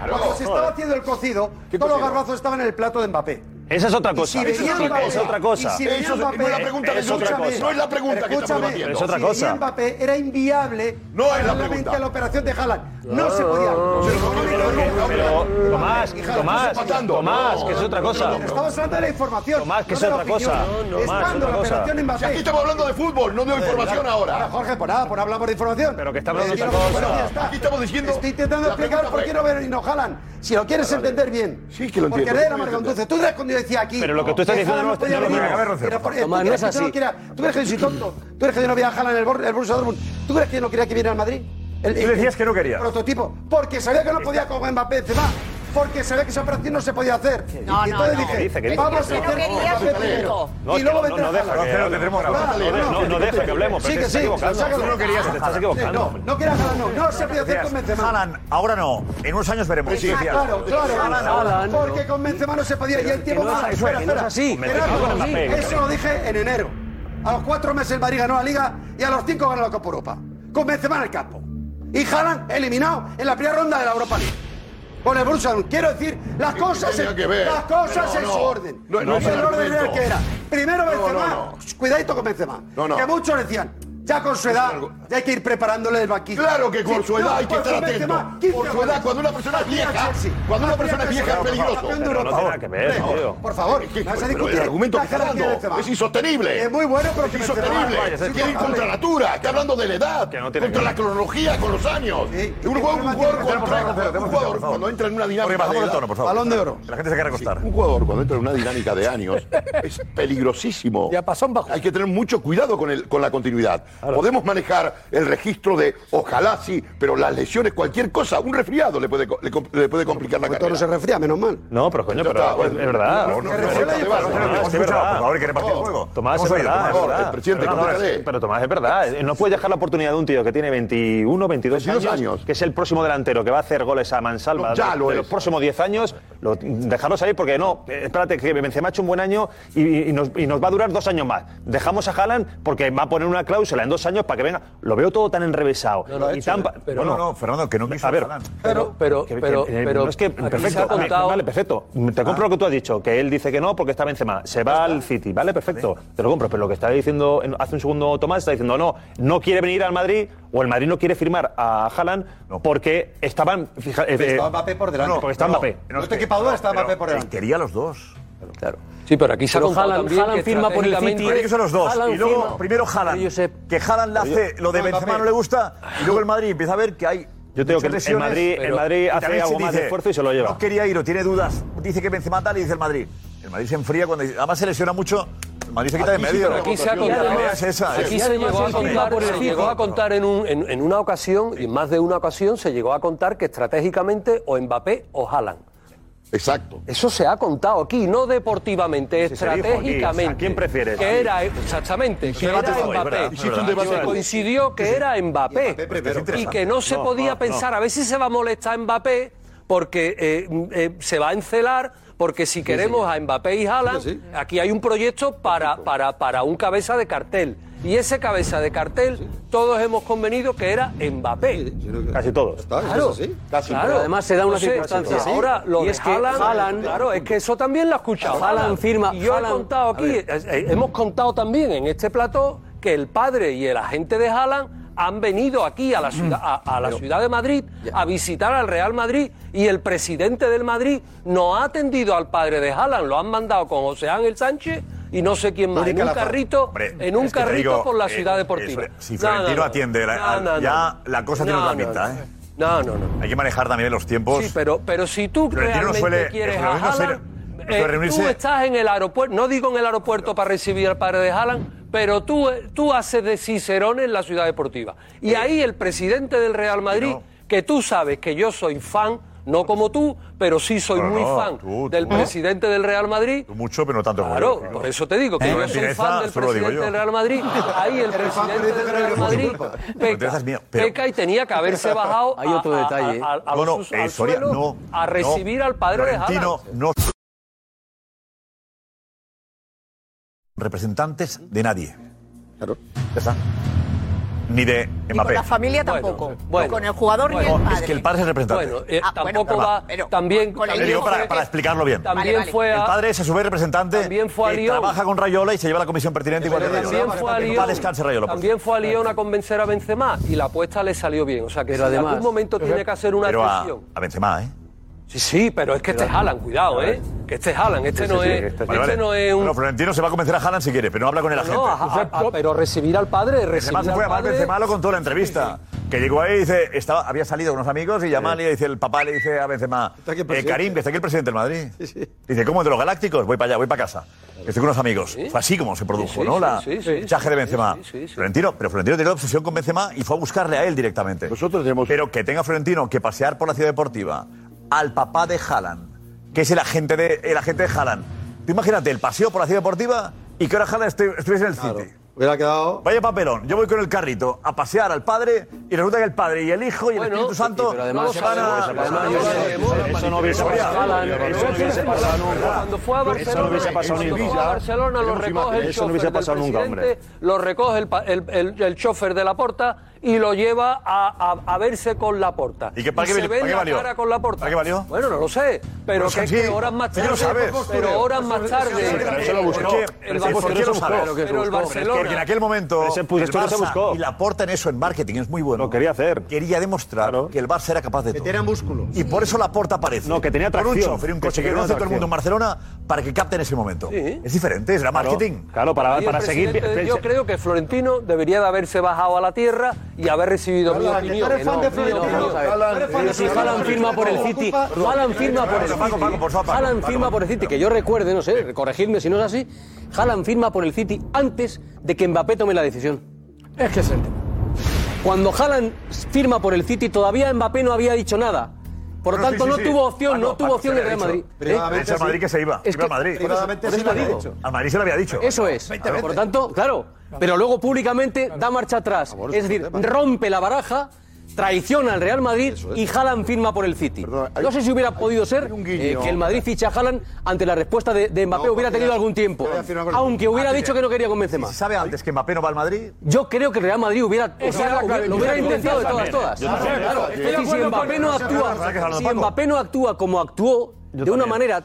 Speaker 13: Cuando se estaba haciendo el cocido, todos los garbanzos estaban en el plato de Mbappé.
Speaker 14: Esa es otra
Speaker 13: Y
Speaker 14: cosa.
Speaker 13: si
Speaker 14: Esa
Speaker 13: venía
Speaker 14: es otra
Speaker 13: Mbappé,
Speaker 14: cosa. Es otra
Speaker 13: y
Speaker 14: cosa.
Speaker 13: si venía
Speaker 14: Eso es-
Speaker 13: Mbappé-
Speaker 14: no es la pregunta que
Speaker 13: Escúchame,
Speaker 14: yo-
Speaker 13: escúchame,
Speaker 14: no es la pregunta que estamos
Speaker 13: escúchame,
Speaker 14: debatiendo. Es otra
Speaker 13: si venía
Speaker 14: cosa.
Speaker 13: Mbappé era inviable
Speaker 6: no es
Speaker 13: la pregunta. la operación de Haaland. No se podía.
Speaker 14: Ah. Pero, Tomás,
Speaker 13: Hija,
Speaker 14: Tomás,
Speaker 13: estás empatando.
Speaker 14: Tomás, que es otra cosa.
Speaker 13: Estamos hablando de la información.
Speaker 14: Tomás, que
Speaker 13: no
Speaker 14: es
Speaker 13: de la
Speaker 14: otra
Speaker 13: opinión.
Speaker 14: cosa. Tomás,
Speaker 13: Es cuando
Speaker 14: otra
Speaker 13: la
Speaker 14: cosa.
Speaker 13: operación Mbappé.
Speaker 6: Si aquí estamos hablando de fútbol, no de
Speaker 13: Joder,
Speaker 6: información
Speaker 13: claro.
Speaker 6: ahora.
Speaker 13: Jorge, por nada, por hablamos de información. Pero que
Speaker 6: está hablando de otra cosa. Aquí estamos diciendo-
Speaker 13: Estoy intentando
Speaker 6: la pregunta
Speaker 13: explicar por
Speaker 6: fue-
Speaker 13: qué no ven y no jalan. Si lo quieres entender bien. Sí,
Speaker 6: que lo entiendo,
Speaker 13: Porque le
Speaker 6: lo
Speaker 13: la
Speaker 6: voy a
Speaker 13: marca un
Speaker 6: entender.
Speaker 13: dulce. Tú eres cuando yo decía aquí.
Speaker 6: Pero lo que tú estás diciendo
Speaker 13: Haaland
Speaker 6: no lo-
Speaker 13: podía
Speaker 6: no lo
Speaker 13: venir.
Speaker 6: tiene que ver, Rocío.
Speaker 13: Era por-
Speaker 6: Tomás,
Speaker 13: tú
Speaker 6: no
Speaker 13: crees
Speaker 6: es
Speaker 13: que yo
Speaker 6: así.
Speaker 13: quería- Tú crees que yo soy tonto. Tú crees que yo no voy a jalar el, Bor- el Borussia Dortmund. Tú crees que yo no quería que viniera al Madrid. El,
Speaker 7: Tú decías que no quería.
Speaker 13: Prototipo. Porque sabía que no podía con Mbappé Benzema. Porque sabía que esa operación no se podía hacer.
Speaker 18: No,
Speaker 13: y
Speaker 18: no,
Speaker 13: entonces
Speaker 18: no.
Speaker 13: dije,
Speaker 18: ¿Qué dice, qué dice?
Speaker 13: vamos
Speaker 18: Que
Speaker 13: a
Speaker 18: no
Speaker 13: hacer
Speaker 18: quería,
Speaker 13: Mbappé
Speaker 18: pero-
Speaker 13: primero.
Speaker 14: No,
Speaker 13: y
Speaker 14: es que
Speaker 13: luego
Speaker 14: no,
Speaker 13: vendrá
Speaker 14: no deja
Speaker 13: Haaland.
Speaker 14: que- No, no, no, no, no, no deja que hablemos,
Speaker 13: Sí,
Speaker 14: pero
Speaker 13: que
Speaker 14: te
Speaker 13: sí.
Speaker 14: estás equivocando.
Speaker 13: sácalo.
Speaker 14: Tú no querías, te estás equivocando,
Speaker 13: No,
Speaker 14: hombre.
Speaker 13: no quería Haaland, no. No se podía hacer con Benzema.
Speaker 7: Haaland, ahora no. En unos años veremos.
Speaker 13: Sí, claro, claro. porque con Benzema no se podía. Y el tiempo
Speaker 7: no es-
Speaker 13: pasa.
Speaker 7: eso es,
Speaker 13: Espera,
Speaker 7: que no es
Speaker 13: espera.
Speaker 7: así.
Speaker 13: Gerardo,
Speaker 7: Con Mbappé.
Speaker 13: Eso lo dije en enero. A los cuatro meses el Madrid ganó la Liga y a los cinco ganó la Copa Europa. Con Benzema en el campo. Y Haaland eliminado en la primera ronda de la Europa League. Con el Borussia Dortmund. Quiero decir, las cosas,
Speaker 6: tenía
Speaker 13: en-
Speaker 6: que ver?
Speaker 13: las cosas
Speaker 6: Pero
Speaker 13: en
Speaker 6: no,
Speaker 13: su orden.
Speaker 6: no, no
Speaker 13: Y
Speaker 6: es el
Speaker 13: el orden era el
Speaker 6: argumento.
Speaker 13: que era. Primero
Speaker 6: No,
Speaker 13: Benzema.
Speaker 6: no,
Speaker 13: Cuidadito con Benzema.
Speaker 6: No, no.
Speaker 13: Que muchos decían, ya con su edad, ya hay que ir preparándole el banquillo.
Speaker 6: Claro que con
Speaker 13: Sí,
Speaker 6: su edad
Speaker 13: no,
Speaker 6: hay que
Speaker 13: porque
Speaker 6: estar atento.
Speaker 13: Benzema, 15
Speaker 6: Por su
Speaker 13: goles.
Speaker 6: edad, cuando una persona es
Speaker 13: Martínez
Speaker 6: vieja,
Speaker 13: Chelsea.
Speaker 6: cuando una
Speaker 13: Martínez
Speaker 6: persona es vieja es
Speaker 13: Chelsea.
Speaker 6: peligroso.
Speaker 13: Campeón de
Speaker 6: Pero no
Speaker 13: Europa.
Speaker 6: tiene nada que ver,
Speaker 13: Hombre,
Speaker 6: tío.
Speaker 13: Por favor,
Speaker 6: Es que-
Speaker 13: no se
Speaker 6: pero
Speaker 13: discute.
Speaker 6: el argumento
Speaker 13: La
Speaker 6: que está
Speaker 13: cara
Speaker 6: dando
Speaker 13: Benzema.
Speaker 6: es insostenible.
Speaker 13: Es muy bueno, pero
Speaker 6: Es
Speaker 13: que
Speaker 6: insostenible.
Speaker 13: Benzema- Vaya,
Speaker 6: Quiere ir contra la natura. Está hablando de la edad.
Speaker 7: tiene
Speaker 6: Contra
Speaker 7: que
Speaker 6: la
Speaker 7: ver.
Speaker 6: cronología con los años. Un jugador, un jugador contra un jugador cuando entra en una
Speaker 7: Jorge,
Speaker 6: dinámica
Speaker 7: bajamos
Speaker 6: de
Speaker 7: el tono, por favor.
Speaker 6: Balón de oro.
Speaker 7: La gente se quiere recostar.
Speaker 6: Un jugador cuando entra en una dinámica de años es peligrosísimo. Ya pasó Hay que tener mucho cuidado con, el, con la continuidad. Podemos manejar el registro de ojalá sí, pero las lesiones, cualquier cosa, un resfriado le puede, co- le, com- le puede complicar la
Speaker 13: Todo
Speaker 6: carrera.
Speaker 13: no se resfría, menos mal.
Speaker 14: No, pero coño,
Speaker 6: Ya está,
Speaker 14: pero es
Speaker 6: bueno.
Speaker 14: es verdad.
Speaker 6: No, no, no, no, no, no, no, no,
Speaker 14: Tomás,
Speaker 6: no,
Speaker 14: es
Speaker 6: no,
Speaker 14: verdad.
Speaker 6: por favor, que repartir el juego.
Speaker 14: Tomás,
Speaker 6: Vamos
Speaker 14: es
Speaker 6: a ver,
Speaker 14: verdad.
Speaker 6: por favor,
Speaker 14: es verdad.
Speaker 6: el presidente,
Speaker 14: Pero no, no,
Speaker 6: contéstale.
Speaker 14: es- Pero Tomás, es verdad. Eh, No puedes dejar la oportunidad de un tío que tiene 21, 22,
Speaker 6: 22 años.
Speaker 14: que es el próximo delantero que va a hacer goles a mansalva
Speaker 6: No, ya
Speaker 14: de,
Speaker 6: lo
Speaker 14: de
Speaker 6: es.
Speaker 14: los próximos 10 años, lo- dejarlo salir porque no, eh, espérate, que Benzema ha hecho un buen año y, y nos, y nos va a durar dos años más. Dejamos a Haaland porque va a poner una cláusula en dos años para que venga. Lo veo todo tan enrevesado.
Speaker 7: No lo ha
Speaker 14: y
Speaker 7: hecho,
Speaker 14: tan
Speaker 7: eh,
Speaker 14: pa-
Speaker 7: pero- No, no, Fernando, que no quiso
Speaker 14: A ver,
Speaker 7: Haaland.
Speaker 14: pero, pero, eh,
Speaker 7: pero- pero
Speaker 14: no es que
Speaker 7: aquí se ha
Speaker 14: perfecto, vale,
Speaker 7: contado-
Speaker 14: vale, perfecto. Te compro lo que tú has dicho, que él dice que no porque está Benzema, se va al City, vale, perfecto, te lo compro, pero lo que está diciendo en- hace un segundo Tomás está diciendo no, no quiere venir al Madrid o el Madrid no quiere firmar a Haaland porque estaban. fija- eh,
Speaker 13: Estaba
Speaker 14: eh,
Speaker 13: Mbappé por delante.
Speaker 14: no, porque está Mbappé. eh,
Speaker 13: No
Speaker 7: este
Speaker 13: te quepa duda, estaba Mbappé por delante.
Speaker 7: eh, Quería los dos.
Speaker 17: Claro. Sí, pero aquí se ha
Speaker 7: Pero
Speaker 17: contado
Speaker 7: Haaland-
Speaker 17: también
Speaker 7: Haaland
Speaker 17: que
Speaker 7: firma por el
Speaker 17: estratégicamente-
Speaker 7: City. Parece que son los dos. Y luego, primero Haaland. Que Haaland le hace lo de No, Mbappé. Benzema no le gusta y luego el Madrid empieza a ver que hay
Speaker 14: Yo tengo
Speaker 7: muchas
Speaker 14: que el
Speaker 7: lesiones.
Speaker 14: Madrid- el
Speaker 7: Pero-
Speaker 14: Madrid
Speaker 7: y
Speaker 14: hace
Speaker 7: también
Speaker 14: algo
Speaker 7: se
Speaker 14: más de esfuerzo y se lo lleva.
Speaker 7: No quería ir o tiene dudas. Dice que Benzema tal y dice el Madrid. El Madrid se enfría cuando dice- además se lesiona mucho. El Madrid se quita
Speaker 17: Aquí
Speaker 7: de
Speaker 17: sí,
Speaker 7: medio.
Speaker 17: pero aquí se ha
Speaker 7: La
Speaker 17: contado-
Speaker 7: idea es esa. ¿eh?
Speaker 17: aquí
Speaker 7: Es-
Speaker 17: se llegó a
Speaker 7: es-
Speaker 17: contar, se llegó a contar en, un- en- en una ocasión, y en más de una ocasión, se llegó a contar que estratégicamente o Mbappé o Haaland.
Speaker 6: Exacto.
Speaker 17: Eso se ha contado aquí, no deportivamente,
Speaker 14: Sí, se dijo aquí.
Speaker 17: estratégicamente.
Speaker 14: ¿A quién prefieres?
Speaker 17: Que era, exactamente, que
Speaker 14: debate
Speaker 17: era
Speaker 14: fue,
Speaker 17: Mbappé.
Speaker 14: ¿verdad? Hiciste un debate.
Speaker 17: Se coincidió que era Mbappé. Y que no se
Speaker 14: No,
Speaker 17: podía
Speaker 14: no,
Speaker 17: pensar,
Speaker 14: no.
Speaker 17: a ver si se va a molestar Mbappé, porque eh, mm, eh, se va a encelar, porque si queremos a Mbappé y Haaland, aquí hay un proyecto para, para, para un cabeza de cartel. Y ese cabeza de cartel, todos hemos convenido que era Mbappé.
Speaker 14: Casi todos.
Speaker 17: Claro, claro.
Speaker 5: Pero además se da una
Speaker 17: No sé,
Speaker 5: circunstancia.
Speaker 17: sí. Ahora lo
Speaker 5: Y
Speaker 17: de
Speaker 5: es que
Speaker 17: Haaland,
Speaker 5: Haaland-
Speaker 17: claro, es que eso también lo he escuchado.
Speaker 5: Haaland firma-
Speaker 17: Y yo
Speaker 5: Haaland-
Speaker 17: he contado aquí,
Speaker 5: A ver.
Speaker 17: eh, eh, hemos contado también en este plato que el padre y el agente de Haaland han venido aquí a la ciudad, a, a la
Speaker 5: Mm. Pero-
Speaker 17: ciudad de Madrid a visitar al Real Madrid y el presidente del Madrid no ha atendido al padre de Haaland, lo han mandado con José Ángel Sánchez y no sé quién más, en un
Speaker 7: Calafat.
Speaker 17: carrito,
Speaker 7: Hombre,
Speaker 17: en un
Speaker 7: es que te
Speaker 17: carrito
Speaker 7: digo,
Speaker 17: por la
Speaker 7: eh,
Speaker 17: ciudad deportiva.
Speaker 7: eso es. si
Speaker 17: No,
Speaker 7: Florentino
Speaker 17: no, no.
Speaker 7: atiende, la-
Speaker 17: No,
Speaker 7: al-
Speaker 17: no, no.
Speaker 7: ya la cosa tiene
Speaker 17: No,
Speaker 7: otra
Speaker 17: no,
Speaker 7: pinta,
Speaker 17: no.
Speaker 7: ¿eh?
Speaker 17: No, no, no.
Speaker 7: Hay que manejar también los tiempos.
Speaker 17: Sí, pero, pero si tú
Speaker 7: Florentino no
Speaker 17: realmente
Speaker 7: suele-
Speaker 17: quieres a
Speaker 7: Florentino suele-
Speaker 17: Haaland,
Speaker 7: suele
Speaker 17: eh,
Speaker 7: reunirse-
Speaker 17: tú estás en el aeropuerto, no digo en el aeropuerto para recibir al padre de Haaland, pero tú, eh, tú haces de Cicerón en la ciudad deportiva.
Speaker 7: Eh.
Speaker 17: Y ahí el presidente del Real Madrid, que tú sabes que yo soy fan, no como tú, pero sí soy
Speaker 7: No,
Speaker 17: muy
Speaker 7: no,
Speaker 17: fan
Speaker 7: tú,
Speaker 17: del
Speaker 7: tú.
Speaker 17: presidente del Real Madrid,
Speaker 7: Mucho, pero no tanto como
Speaker 17: Claro,
Speaker 7: yo.
Speaker 17: por eso te digo que
Speaker 7: ¿Eh?
Speaker 17: yo soy
Speaker 7: Entereza,
Speaker 17: fan del
Speaker 7: solo lo digo
Speaker 17: presidente
Speaker 7: yo.
Speaker 17: del Real Madrid. Ahí el
Speaker 7: Eres fan,
Speaker 17: presidente del Real Madrid
Speaker 7: Entereza
Speaker 17: peca,
Speaker 7: es mío, pero-
Speaker 17: peca y tenía que haberse bajado
Speaker 7: Hay otro
Speaker 17: a- a-
Speaker 7: detalle, ¿eh?
Speaker 17: a- a-
Speaker 7: No, no,
Speaker 17: al su-
Speaker 7: eh,
Speaker 17: al
Speaker 7: Soria,
Speaker 17: suelo
Speaker 7: no,
Speaker 17: a
Speaker 7: no.
Speaker 17: recibir al padre de Haaland.
Speaker 7: Florentino no representantes de nadie. Claro. Ya está. Ni de Mbappé.
Speaker 16: Y con la familia tampoco.
Speaker 7: bueno.
Speaker 16: Y con el jugador ni
Speaker 7: No,
Speaker 16: el padre.
Speaker 7: es que el padre es representante.
Speaker 17: Bueno, eh,
Speaker 16: Ah, bueno,
Speaker 17: tampoco
Speaker 16: pero-
Speaker 17: va.
Speaker 16: pero-
Speaker 17: también
Speaker 16: con el
Speaker 7: Le
Speaker 17: también
Speaker 7: digo para,
Speaker 17: fue-
Speaker 7: para explicarlo bien.
Speaker 17: También Vale, vale. fue a-
Speaker 7: eh. El padre es a su vez representante. También
Speaker 17: fue a Lyon.
Speaker 7: Trabaja con Rayola y se lleva la comisión pertinente igual que
Speaker 17: Pero
Speaker 7: Rayola.
Speaker 17: también fue a
Speaker 7: Va,
Speaker 17: Lyon,
Speaker 7: descanse Rayola. por
Speaker 17: también fue a Lyon a convencer a Benzema y la apuesta le salió bien. O sea que
Speaker 7: Pero
Speaker 17: si en
Speaker 7: además-
Speaker 17: algún momento
Speaker 7: Pero-
Speaker 17: tiene que hacer una
Speaker 7: pero a-
Speaker 17: decisión.
Speaker 7: A Benzema, ¿eh?
Speaker 17: Sí, sí, pero es que este es Haaland, cuidado, ¿eh? Que este es Haaland, este no es.
Speaker 7: Vale, vale.
Speaker 17: Este no es un.
Speaker 7: Bueno, Florentino se va a convencer a Haaland si quiere, pero no habla con el
Speaker 17: No,
Speaker 7: agente.
Speaker 17: no, a- a- a- pero recibir al padre, recibir
Speaker 7: Benzema se fue
Speaker 17: al
Speaker 7: a Mar
Speaker 17: padre.
Speaker 7: Benzema lo contó en la entrevista. Que llegó ahí y dice, estaba, había salido con unos amigos y llama y le dice, el papá le dice a Benzema,
Speaker 13: aquí el
Speaker 7: eh,
Speaker 13: presidente.
Speaker 7: Karim, que está aquí el presidente del Madrid. Dice, ¿cómo? ¿De los galácticos? Voy para allá, voy para casa. Que estoy con unos amigos. Fue así como se produjo,
Speaker 17: Sí, sí,
Speaker 7: ¿no?
Speaker 17: sí,
Speaker 7: La-
Speaker 17: sí, sí,
Speaker 7: el fichaje de Benzema. Florentino, pero Florentino tenía obsesión con Benzema y fue a buscarle a él directamente. Nosotros Pero que tenga Florentino que pasear por la ciudad deportiva al papá de Haaland, que es el agente de, el agente de Haaland. Tú imagínate el paseo por la ciudad deportiva y que ahora Haaland estu- estuviese en el City.
Speaker 13: Hubiera quedado.
Speaker 7: Vaya papelón, yo voy con el carrito a pasear al padre y resulta que el padre y el hijo y el Espíritu Santo
Speaker 17: además-
Speaker 7: se van a...
Speaker 17: Eso no hubiese pasado nunca. Eso no hubiese pasado nunca. Cuando fue a Barcelona,
Speaker 14: Eso no hubiese pasado
Speaker 17: cuando
Speaker 14: nunca.
Speaker 17: fue a Barcelona lo
Speaker 14: Tenemos
Speaker 17: recoge
Speaker 14: imágenes.
Speaker 17: el
Speaker 14: Eso no hubiese
Speaker 17: chofer del
Speaker 14: pasado nunca, hombre.
Speaker 17: presidente, lo recoge el, pa- el, el- el chofer de la porta y lo lleva a, a- a verse con la porta.
Speaker 7: ¿Y qué- para qué
Speaker 17: se
Speaker 7: valió-
Speaker 17: ve en
Speaker 7: para qué
Speaker 17: la
Speaker 7: valió?
Speaker 17: cara con la porta.
Speaker 7: ¿Para qué valió?
Speaker 17: Bueno, no lo sé, pero
Speaker 7: Pues
Speaker 17: que, es
Speaker 7: sí.
Speaker 17: que horas más
Speaker 7: Sí,
Speaker 17: tarde.
Speaker 7: lo sabes.
Speaker 17: Pero horas más tarde.
Speaker 7: pero eso lo buscó.
Speaker 17: El-
Speaker 7: Pero
Speaker 17: el
Speaker 7: sí, ¿por qué
Speaker 17: Barcelona
Speaker 7: lo buscó?
Speaker 17: sabe lo que es Pero el
Speaker 7: buscó.
Speaker 17: Barcelona.
Speaker 7: Porque en aquel momento
Speaker 14: Pero ese
Speaker 7: el
Speaker 14: puesto no se
Speaker 7: Barça
Speaker 14: buscó.
Speaker 7: y la porta en eso, en marketing, es muy bueno. Lo quería hacer. Quería demostrar que el Barça era capaz de todo. Que tenía músculo. Y por eso la porta aparece.
Speaker 14: No, que tenía
Speaker 7: Con un
Speaker 14: tracción.
Speaker 7: chofer y un
Speaker 14: Que
Speaker 7: coche que,
Speaker 14: tenía
Speaker 7: no hace todo el
Speaker 14: tracción.
Speaker 7: mundo en Barcelona para que capten ese momento. Es diferente, es la
Speaker 17: Claro,
Speaker 7: marketing.
Speaker 14: claro, para- eh,
Speaker 17: Ahí el presidente- Yo creo que Florentino debería de haberse bajado a la tierra y haber recibido mi
Speaker 5: Haaland, que tú
Speaker 17: opinión.
Speaker 5: eres
Speaker 17: Que no,
Speaker 5: fan
Speaker 17: que
Speaker 5: de
Speaker 17: no,
Speaker 5: Florentino.
Speaker 17: vamos a ver.
Speaker 5: Haaland,
Speaker 17: Pero
Speaker 5: eres
Speaker 17: si
Speaker 5: fan de
Speaker 17: Haaland
Speaker 5: Florentino.
Speaker 17: firma por el City,
Speaker 5: Paco,
Speaker 17: Haaland firma por el
Speaker 5: Paco, Paco, Paco, por
Speaker 17: City.
Speaker 5: favor, Paco,
Speaker 17: Haaland
Speaker 5: Paco,
Speaker 17: firma por el City, que yo recuerde, no sé, corregidme si no es así. Haaland firma por el City antes de que Mbappé tome la decisión.
Speaker 3: Es que es el
Speaker 5: Cuando Haaland firma por el City, todavía Mbappé no había dicho nada. Por lo
Speaker 7: Bueno,
Speaker 5: tanto,
Speaker 7: sí, sí,
Speaker 5: no
Speaker 7: sí.
Speaker 5: tuvo opción,
Speaker 7: Ah,
Speaker 5: no,
Speaker 7: no,
Speaker 5: tuvo
Speaker 7: Paco,
Speaker 5: opción
Speaker 7: se
Speaker 5: el
Speaker 7: le ha
Speaker 5: Real
Speaker 7: dicho.
Speaker 5: Madrid.
Speaker 7: Privadamente
Speaker 5: ¿Eh?
Speaker 7: sí. Al Madrid que se iba,
Speaker 5: Es
Speaker 7: iba al Madrid.
Speaker 5: por eso-
Speaker 7: Privadamente
Speaker 5: por
Speaker 7: sí
Speaker 5: eso
Speaker 7: lo había
Speaker 5: digo.
Speaker 7: dicho. Al Madrid se lo había dicho.
Speaker 5: Eso es.
Speaker 7: Veinte veces.
Speaker 5: Por lo tanto, claro. Pero luego públicamente da marcha atrás. Es decir, rompe la baraja, traiciona al Real Madrid y Haaland firma por el City. No sé si hubiera podido ser eh, que el Madrid ficha a Haaland ante la respuesta de, de Mbappé.
Speaker 7: No,
Speaker 5: Hubiera
Speaker 7: porque
Speaker 5: tenido
Speaker 7: ya-
Speaker 5: algún tiempo.
Speaker 7: Te voy a decir una cosa.
Speaker 5: Aunque hubiera
Speaker 7: Ah,
Speaker 5: dicho
Speaker 7: sí.
Speaker 5: que no quería convencer
Speaker 7: Si sabe antes que Mbappé no va al Madrid,
Speaker 5: yo creo que el Real Madrid hubiera,
Speaker 7: Esa
Speaker 5: hubiera-
Speaker 7: es la clave.
Speaker 5: lo hubiera
Speaker 7: Yo
Speaker 5: intentado de todas,
Speaker 7: también.
Speaker 5: todas.
Speaker 7: Yo también.
Speaker 5: Claro,
Speaker 7: Estoy
Speaker 5: es
Speaker 7: de
Speaker 5: que si
Speaker 7: acuerdo
Speaker 5: Mbappé
Speaker 7: con-
Speaker 5: no
Speaker 7: Esa es la verdad que
Speaker 5: actúa,
Speaker 7: hablando
Speaker 5: si
Speaker 7: Paco.
Speaker 5: Mbappé no actúa como actuó de una manera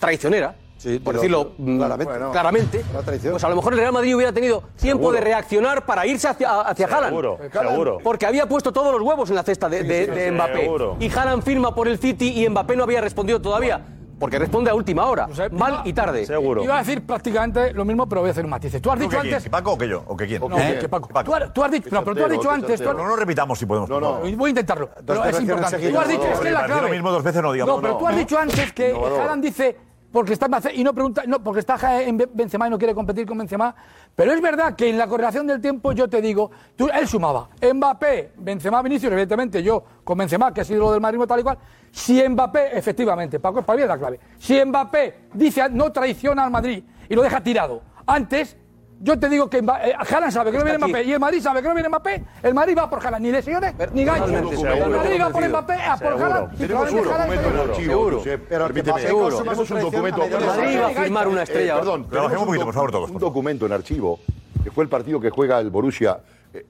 Speaker 5: traicionera, por
Speaker 13: pero-
Speaker 5: decirlo mm,
Speaker 13: claramente.
Speaker 5: claramente,
Speaker 13: Bueno,
Speaker 5: pues a lo mejor el Real Madrid hubiera tenido tiempo
Speaker 13: Seguro.
Speaker 5: de reaccionar para irse hacia, hacia Haaland.
Speaker 14: Seguro, seguro.
Speaker 5: Porque había puesto todos los huevos en la cesta de, de-
Speaker 14: sí,
Speaker 5: de
Speaker 14: sí,
Speaker 5: Mbappé.
Speaker 14: seguro.
Speaker 5: Y Haaland firma por el City y Mbappé no había respondido todavía. Porque responde a última hora, mal y tarde.
Speaker 3: Iba a decir prácticamente lo mismo, pero voy a hacer un matiz. Tú has dicho antes.
Speaker 7: ¿Paco o que yo? ¿O que quién?
Speaker 3: No, que Paco. Tú, has- tú has dicho, no, pero tú has dicho antes. tú has-
Speaker 7: No, no repitamos si podemos. No,
Speaker 3: Voy a intentarlo. Pero es
Speaker 7: correcciones
Speaker 3: importante. Tú
Speaker 7: seguidas,
Speaker 3: has dicho,
Speaker 7: no,
Speaker 3: es que es la
Speaker 7: repartir
Speaker 3: clave.
Speaker 7: lo mismo dos veces no digamos,
Speaker 3: No, pero
Speaker 7: no.
Speaker 3: tú has dicho antes que
Speaker 7: Innovador.
Speaker 3: Haaland dice porque está en Barce- y no pregunta, no, porque está Ja- en Be- Benzema y no quiere competir con Benzema, pero es verdad que en la correlación del tiempo yo te digo, tú, él sumaba Mbappé, Benzema, Vinicius, evidentemente yo con Benzema que ha sido lo del Madrid tal y cual. Si Mbappé efectivamente, Paco para mí es la clave. Si Mbappé dice no traiciona al Madrid y lo deja tirado. Antes yo te digo que Mba- eh, Haaland sabe que no
Speaker 5: Está
Speaker 3: viene Mbappé
Speaker 5: aquí.
Speaker 3: y el Madrid sabe que no viene Mbappé, el Madrid va por Haaland, ni lesiones ni ganchos.
Speaker 13: Totalmente
Speaker 3: El
Speaker 13: seguro.
Speaker 3: Madrid va por Mbappé, a por
Speaker 13: Seguro.
Speaker 3: Haaland y
Speaker 13: Tenemos
Speaker 3: probablemente
Speaker 13: seguro,
Speaker 3: Haaland
Speaker 13: documento,
Speaker 3: se-
Speaker 13: Seguro.
Speaker 6: Pero que
Speaker 13: Permíteme.
Speaker 6: Mbappé
Speaker 13: Seguro.
Speaker 6: consuma
Speaker 13: Tenemos
Speaker 6: su
Speaker 13: un
Speaker 6: traición
Speaker 13: documento.
Speaker 6: a medio
Speaker 13: Madrid
Speaker 6: campo.
Speaker 13: iba a firmar una estrella
Speaker 6: Eh,
Speaker 13: ahora.
Speaker 6: perdón,
Speaker 13: Trabajemos
Speaker 6: tenemos
Speaker 13: un poquito,
Speaker 6: docu-
Speaker 13: por favor, todos,
Speaker 6: Un documento en archivo, que fue el partido que juega el Borussia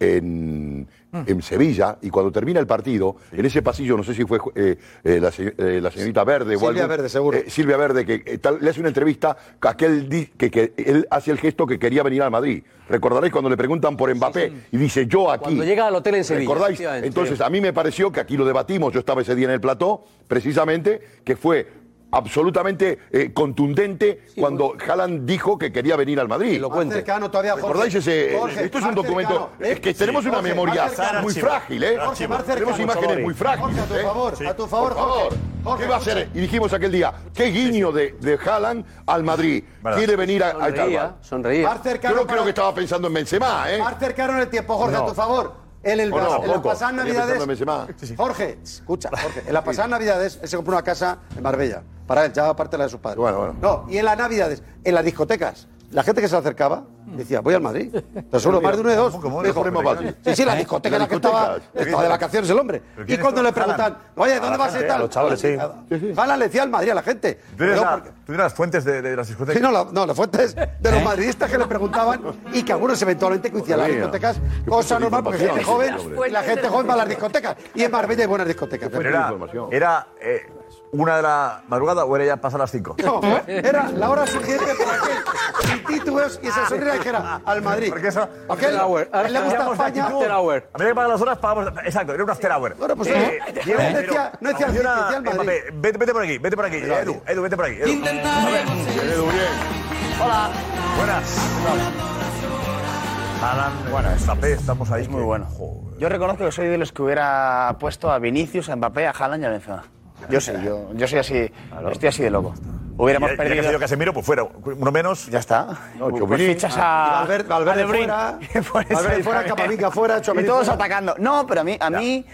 Speaker 6: eh, en,
Speaker 13: Mm.
Speaker 6: en Sevilla, y cuando termina el partido, en ese pasillo, no sé si fue eh, eh, la, se- eh, la señorita Verde o
Speaker 13: Silvia
Speaker 6: algo.
Speaker 13: Verde, seguro.
Speaker 6: Silvia Verde, que eh, tal- le hace una entrevista que aquel di- que, que él hace el gesto que quería venir al Madrid. Recordaréis cuando le preguntan por Mbappé y dice yo aquí.
Speaker 5: Cuando llega al hotel en Sevilla,
Speaker 6: ¿Recordáis?
Speaker 5: efectivamente.
Speaker 6: Entonces, a mí me pareció que aquí lo debatimos, yo estaba ese día en el plató, precisamente, que fue absolutamente eh, contundente cuando Haaland dijo que quería venir al Madrid. Lo
Speaker 13: Más cercano todavía, Jorge.
Speaker 6: ¿Recordáis ese? eh,
Speaker 13: Jorge,
Speaker 6: esto es un
Speaker 13: más
Speaker 6: documento.
Speaker 13: cercano, ¿eh?
Speaker 6: Es que tenemos
Speaker 13: Sí,
Speaker 6: una
Speaker 13: Jorge,
Speaker 6: memoria
Speaker 13: más cercano.
Speaker 6: muy
Speaker 13: Archivo.
Speaker 6: frágil, ¿eh?
Speaker 13: Jorge,
Speaker 6: tenemos
Speaker 13: más cercano,
Speaker 6: imágenes
Speaker 13: Jorge,
Speaker 6: muy frágiles.
Speaker 13: a tu
Speaker 6: ¿eh?
Speaker 13: favor, a tu favor,
Speaker 6: Por favor.
Speaker 13: Jorge. Jorge,
Speaker 6: ¿Qué va a hacer?
Speaker 13: escucha.
Speaker 6: Y dijimos aquel día, qué guiño de, de Haaland al Madrid. Quiere venir a, a
Speaker 13: Sonreía,
Speaker 6: Carvajal.
Speaker 13: sonreía. Más cercano
Speaker 6: Yo no
Speaker 13: para-
Speaker 6: creo que estaba pensando en Benzema, ¿eh?
Speaker 13: Más cercano en el tiempo, Jorge,
Speaker 6: No.
Speaker 13: a tu favor. En, el,
Speaker 6: O no,
Speaker 13: en las
Speaker 6: poco.
Speaker 13: pasadas
Speaker 6: Tenía
Speaker 13: navidades.
Speaker 6: pensando en Benzema.
Speaker 13: Jorge, escucha, Jorge. En las pasadas navidades, él se compró una casa en Marbella. Para él, ya aparte de la de sus padres. No, y en las navidades, en las discotecas, la gente que se acercaba decía, voy al Madrid. Te aseguro, más de uno y dos.
Speaker 6: ¿Cómo?
Speaker 13: me dijo,
Speaker 6: ¿Cómo?
Speaker 13: "Más fácil". Sí, sí, la
Speaker 6: ¿Eh?
Speaker 13: discoteca en
Speaker 6: ¿En
Speaker 13: la
Speaker 6: las
Speaker 13: que estaba,
Speaker 6: discotecas?
Speaker 13: estaba de vacaciones el hombre.
Speaker 6: ¿Pero
Speaker 13: Y
Speaker 6: quiénes
Speaker 13: cuando
Speaker 6: son?
Speaker 13: le preguntan,
Speaker 6: Haaland.
Speaker 13: oye,
Speaker 7: A
Speaker 13: ¿dónde
Speaker 7: la
Speaker 13: vas a
Speaker 7: gente,
Speaker 13: ir tal?
Speaker 7: eh, a los chavales, sí.
Speaker 13: Haaland le decía al Madrid a la gente.
Speaker 7: ¿Tú tienes,
Speaker 13: No,
Speaker 7: la-
Speaker 13: porque-
Speaker 7: tú tienes las fuentes de, de las discotecas? ¿Eh?
Speaker 13: Sí, no, la, no, la fuente es de los madridistas que le preguntaban y que algunos eventualmente coincidían en las
Speaker 6: Madre mía.
Speaker 13: discotecas,
Speaker 6: Qué
Speaker 13: cosa
Speaker 6: poca
Speaker 13: normal porque gente
Speaker 6: información,
Speaker 13: joven,
Speaker 6: hombre.
Speaker 13: y la gente joven va a las discotecas. Y en Marbella hay buenas discotecas.
Speaker 7: Pero era, era eh, una de la madrugada o era ya pasar las cinco.
Speaker 13: No, ¿eh? era la hora suficiente para que sin títulos y esa sonrisa dijera al Madrid.
Speaker 7: Porque eso.
Speaker 13: Porque él, a él le gusta España.
Speaker 7: A mí me pagan las horas, pagamos. Exacto, era un after hour. Bueno,
Speaker 13: pues, ¿eh?
Speaker 7: Diego,
Speaker 13: No
Speaker 7: pero
Speaker 13: decía- no decía al
Speaker 7: funciona-
Speaker 13: City, decía al Madrid.
Speaker 7: Mbappé, Vete, vete por aquí, vete por aquí. Edu, Edu, vete por aquí. Edu. A ver, Edu, bien. Hola. Buenas. Alan, bueno, Mbappé, estamos ahí. muy bueno.
Speaker 10: Yo reconozco que soy de los que hubiera puesto a Vinicius, a Mbappé, a Haaland y a Benzema. Yo sí, yo, yo soy así, estoy así de loco. Hubiéramos
Speaker 7: Ya- ya que ha
Speaker 10: perdido...
Speaker 7: sido Casemiro, pues fuera. Uno menos.
Speaker 10: Ya está. pues
Speaker 7: Chouameni.
Speaker 10: fichas a...
Speaker 13: Valverde-
Speaker 10: a
Speaker 13: Valverde
Speaker 10: De Bruyne.
Speaker 13: fuera,
Speaker 10: Por
Speaker 13: Valverde
Speaker 10: eso yo
Speaker 13: fuera,
Speaker 10: también.
Speaker 13: Camavinga fuera, Chouameni
Speaker 10: Y todos
Speaker 13: fuera.
Speaker 10: atacando. No, pero a mí... A mí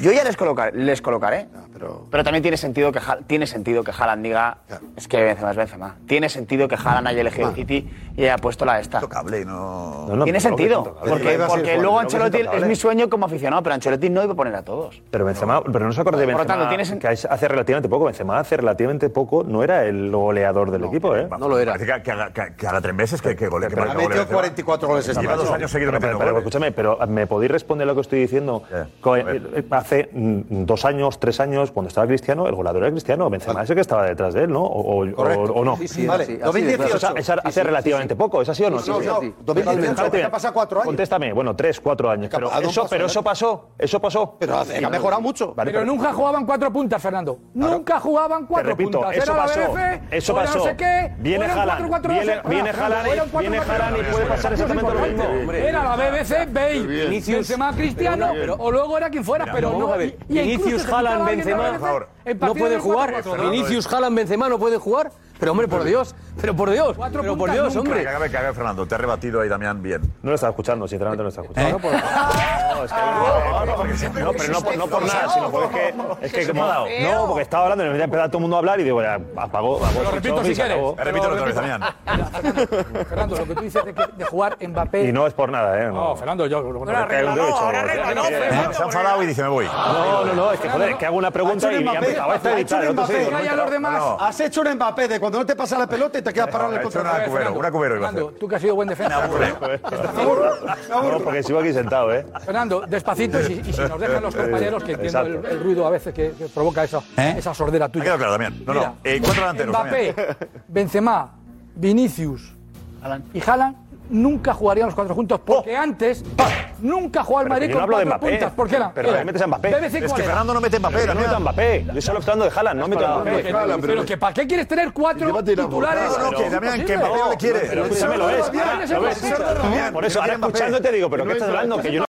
Speaker 10: yo ya les colocaré, les colocaré. pero... también tiene sentido que Ja- tiene sentido que Haaland diga es que Benzema es Benzema. Tiene sentido que Haaland haya elegido el City y haya puesto la esta.
Speaker 7: no. pero
Speaker 10: Tiene sentido,
Speaker 7: que es intocable.
Speaker 10: porque,
Speaker 7: Iba a ser
Speaker 10: porque
Speaker 7: Juan,
Speaker 10: luego
Speaker 7: pero que es
Speaker 10: Ancelotti es
Speaker 7: intocable.
Speaker 10: mi sueño como aficionado, pero Ancelotti no iba a poner a todos.
Speaker 14: Pero Benzema, pero no se acordé de
Speaker 10: Por lo
Speaker 14: Benzema,
Speaker 10: tanto, tienes-
Speaker 14: que hace relativamente poco. Benzema hace relativamente poco no era el goleador del equipo, ¿eh?
Speaker 7: No lo era. Parece que, que, haga- que, que haga tres meses que, que gole. que marca goles Benzema. Lleva dos años seguidos
Speaker 14: Pero, pero,
Speaker 7: metiendo
Speaker 14: pero,
Speaker 7: goles.
Speaker 14: escúchame, pero eh, me podéis responder lo que estoy diciendo. Co- eh, Hace mm, dos años, tres años, cuando estaba Cristiano, el goleador era Cristiano. Benzema
Speaker 7: Ah.
Speaker 14: es el que estaba detrás de él, ¿no? O, o-
Speaker 13: Correcto.
Speaker 14: o- o no.
Speaker 13: Sí, sí, Vale, así, así de 2018.
Speaker 14: O sea, esa
Speaker 13: Sí,
Speaker 14: hace
Speaker 13: sí,
Speaker 14: relativamente poco, ¿es así o no?
Speaker 13: No, no, no, 2018,
Speaker 14: Déjate
Speaker 13: ya
Speaker 14: bien.
Speaker 13: pasa cuatro años.
Speaker 14: Contéstame, bueno, tres, cuatro años. Pero
Speaker 13: ha dado un
Speaker 14: eso,
Speaker 13: paso
Speaker 14: pero
Speaker 13: adelante.
Speaker 14: eso pasó, eso pasó.
Speaker 13: Pero hace- ha mejorado mucho.
Speaker 14: Vale,
Speaker 3: pero nunca jugaban cuatro puntas, Fernando. Nunca jugaban cuatro
Speaker 14: repito,
Speaker 3: puntas.
Speaker 14: eso
Speaker 3: era
Speaker 14: pasó,
Speaker 3: la BRF,
Speaker 14: eso
Speaker 3: o era
Speaker 14: pasó.
Speaker 3: no sé qué.
Speaker 14: Viene
Speaker 3: o eran
Speaker 14: Haaland,
Speaker 3: 4-4-2,
Speaker 14: viene-
Speaker 3: era-
Speaker 14: viene
Speaker 3: era-
Speaker 14: Haaland y-
Speaker 3: eran 4-4-2,
Speaker 14: viene Haaland y
Speaker 3: era-
Speaker 14: puede pasar
Speaker 3: era-
Speaker 14: exactamente lo
Speaker 3: importante.
Speaker 14: mismo.
Speaker 3: Era la BBC,
Speaker 14: Qué bien.
Speaker 3: Bale,
Speaker 14: Vinicius-
Speaker 3: Benzema, Cristiano,
Speaker 14: Pero no, pero-
Speaker 3: o luego era quien fuera, pero
Speaker 14: vamos
Speaker 3: no.
Speaker 14: a ver,
Speaker 3: y- y incluso
Speaker 14: Vinicius,
Speaker 3: se quitaba
Speaker 14: Haaland,
Speaker 3: alguien de la
Speaker 14: Benzema,
Speaker 3: BRF
Speaker 14: por favor.
Speaker 3: en
Speaker 14: No
Speaker 3: partido
Speaker 14: pueden
Speaker 3: de
Speaker 14: jugar.
Speaker 3: 4-4-2.
Speaker 5: Vinicius, Haaland, Benzema no pueden jugar. Pero hombre, por Dios, pero por Dios, pero por Dios, hombre.
Speaker 7: Que haga, que haga Fernando, te ha rebatido ahí Damián bien. ¿Eh?
Speaker 14: No lo estaba escuchando, sinceramente no lo estaba escuchando. No, pero no por, no por nada, sino porque es que, es que como No, porque estaba hablando y me empezaba todo el mundo a hablar y digo, ya, apagó, apagó.
Speaker 3: Lo repito si quieres.
Speaker 7: Te repito otra vez, Damián.
Speaker 3: Fernando, lo que tú dices de, que- de jugar Mbappé.
Speaker 14: Y no es por nada, ¿eh? No,
Speaker 3: Fernando, yo. No,
Speaker 14: no,
Speaker 7: Se ha enfadado y dice, me voy.
Speaker 14: No, no, no, es que joder, que hago una pregunta y me han empezado a
Speaker 13: Has hecho un
Speaker 14: editar. el otro
Speaker 13: Mbappé,
Speaker 14: sigue.
Speaker 13: calla a los demás. Has hecho un Mbappé de cuando cuando no te pasa la pelota y te quedas parado en el
Speaker 7: Eso
Speaker 13: contra.
Speaker 7: era un cubero, un cubero iba a
Speaker 3: Fernando, tú que has sido buen defensa.
Speaker 7: No, porque sigo aquí sentado, ¿eh?
Speaker 3: Fernando, despacito y, si- y si nos dejan
Speaker 14: Eh,
Speaker 3: los compañeros, que entiendo el,
Speaker 7: Exacto.
Speaker 3: el ruido a veces que, que provoca esa, esa sordera tuya.
Speaker 7: ¿Eh? Ha quedado claro, Damián. No, no,
Speaker 3: Mira,
Speaker 7: eh, cuatro delanteros,
Speaker 3: Mbappé, Benzema, Vinicius y Haaland nunca jugarían los cuatro juntos porque antes nunca jugaba el
Speaker 14: Oh. Pero
Speaker 3: Madrid
Speaker 14: yo
Speaker 3: con
Speaker 14: no hablo de
Speaker 3: cuatro
Speaker 14: Mbappé.
Speaker 3: puntas. ¿Por qué era?
Speaker 14: Pero
Speaker 3: Era.
Speaker 14: ahí metes a Mbappé.
Speaker 3: BBC,
Speaker 14: Es que
Speaker 3: ¿cuál era?
Speaker 14: Fernando no mete a Mbappé, Pero yo no
Speaker 3: Damián.
Speaker 14: meto a Mbappé. Yo solo estoy hablando de Haaland, no meto a Mbappé.
Speaker 3: Pero, que ¿para qué quieres tener cuatro titulares?
Speaker 14: No, no, que Damián, que
Speaker 3: imposible.
Speaker 14: Mbappé no le quiere. Pero escúchame, lo es. Ahora, lo ves. Por eso, ahora escuchándote digo, pero ¿qué estás hablando? Que yo no...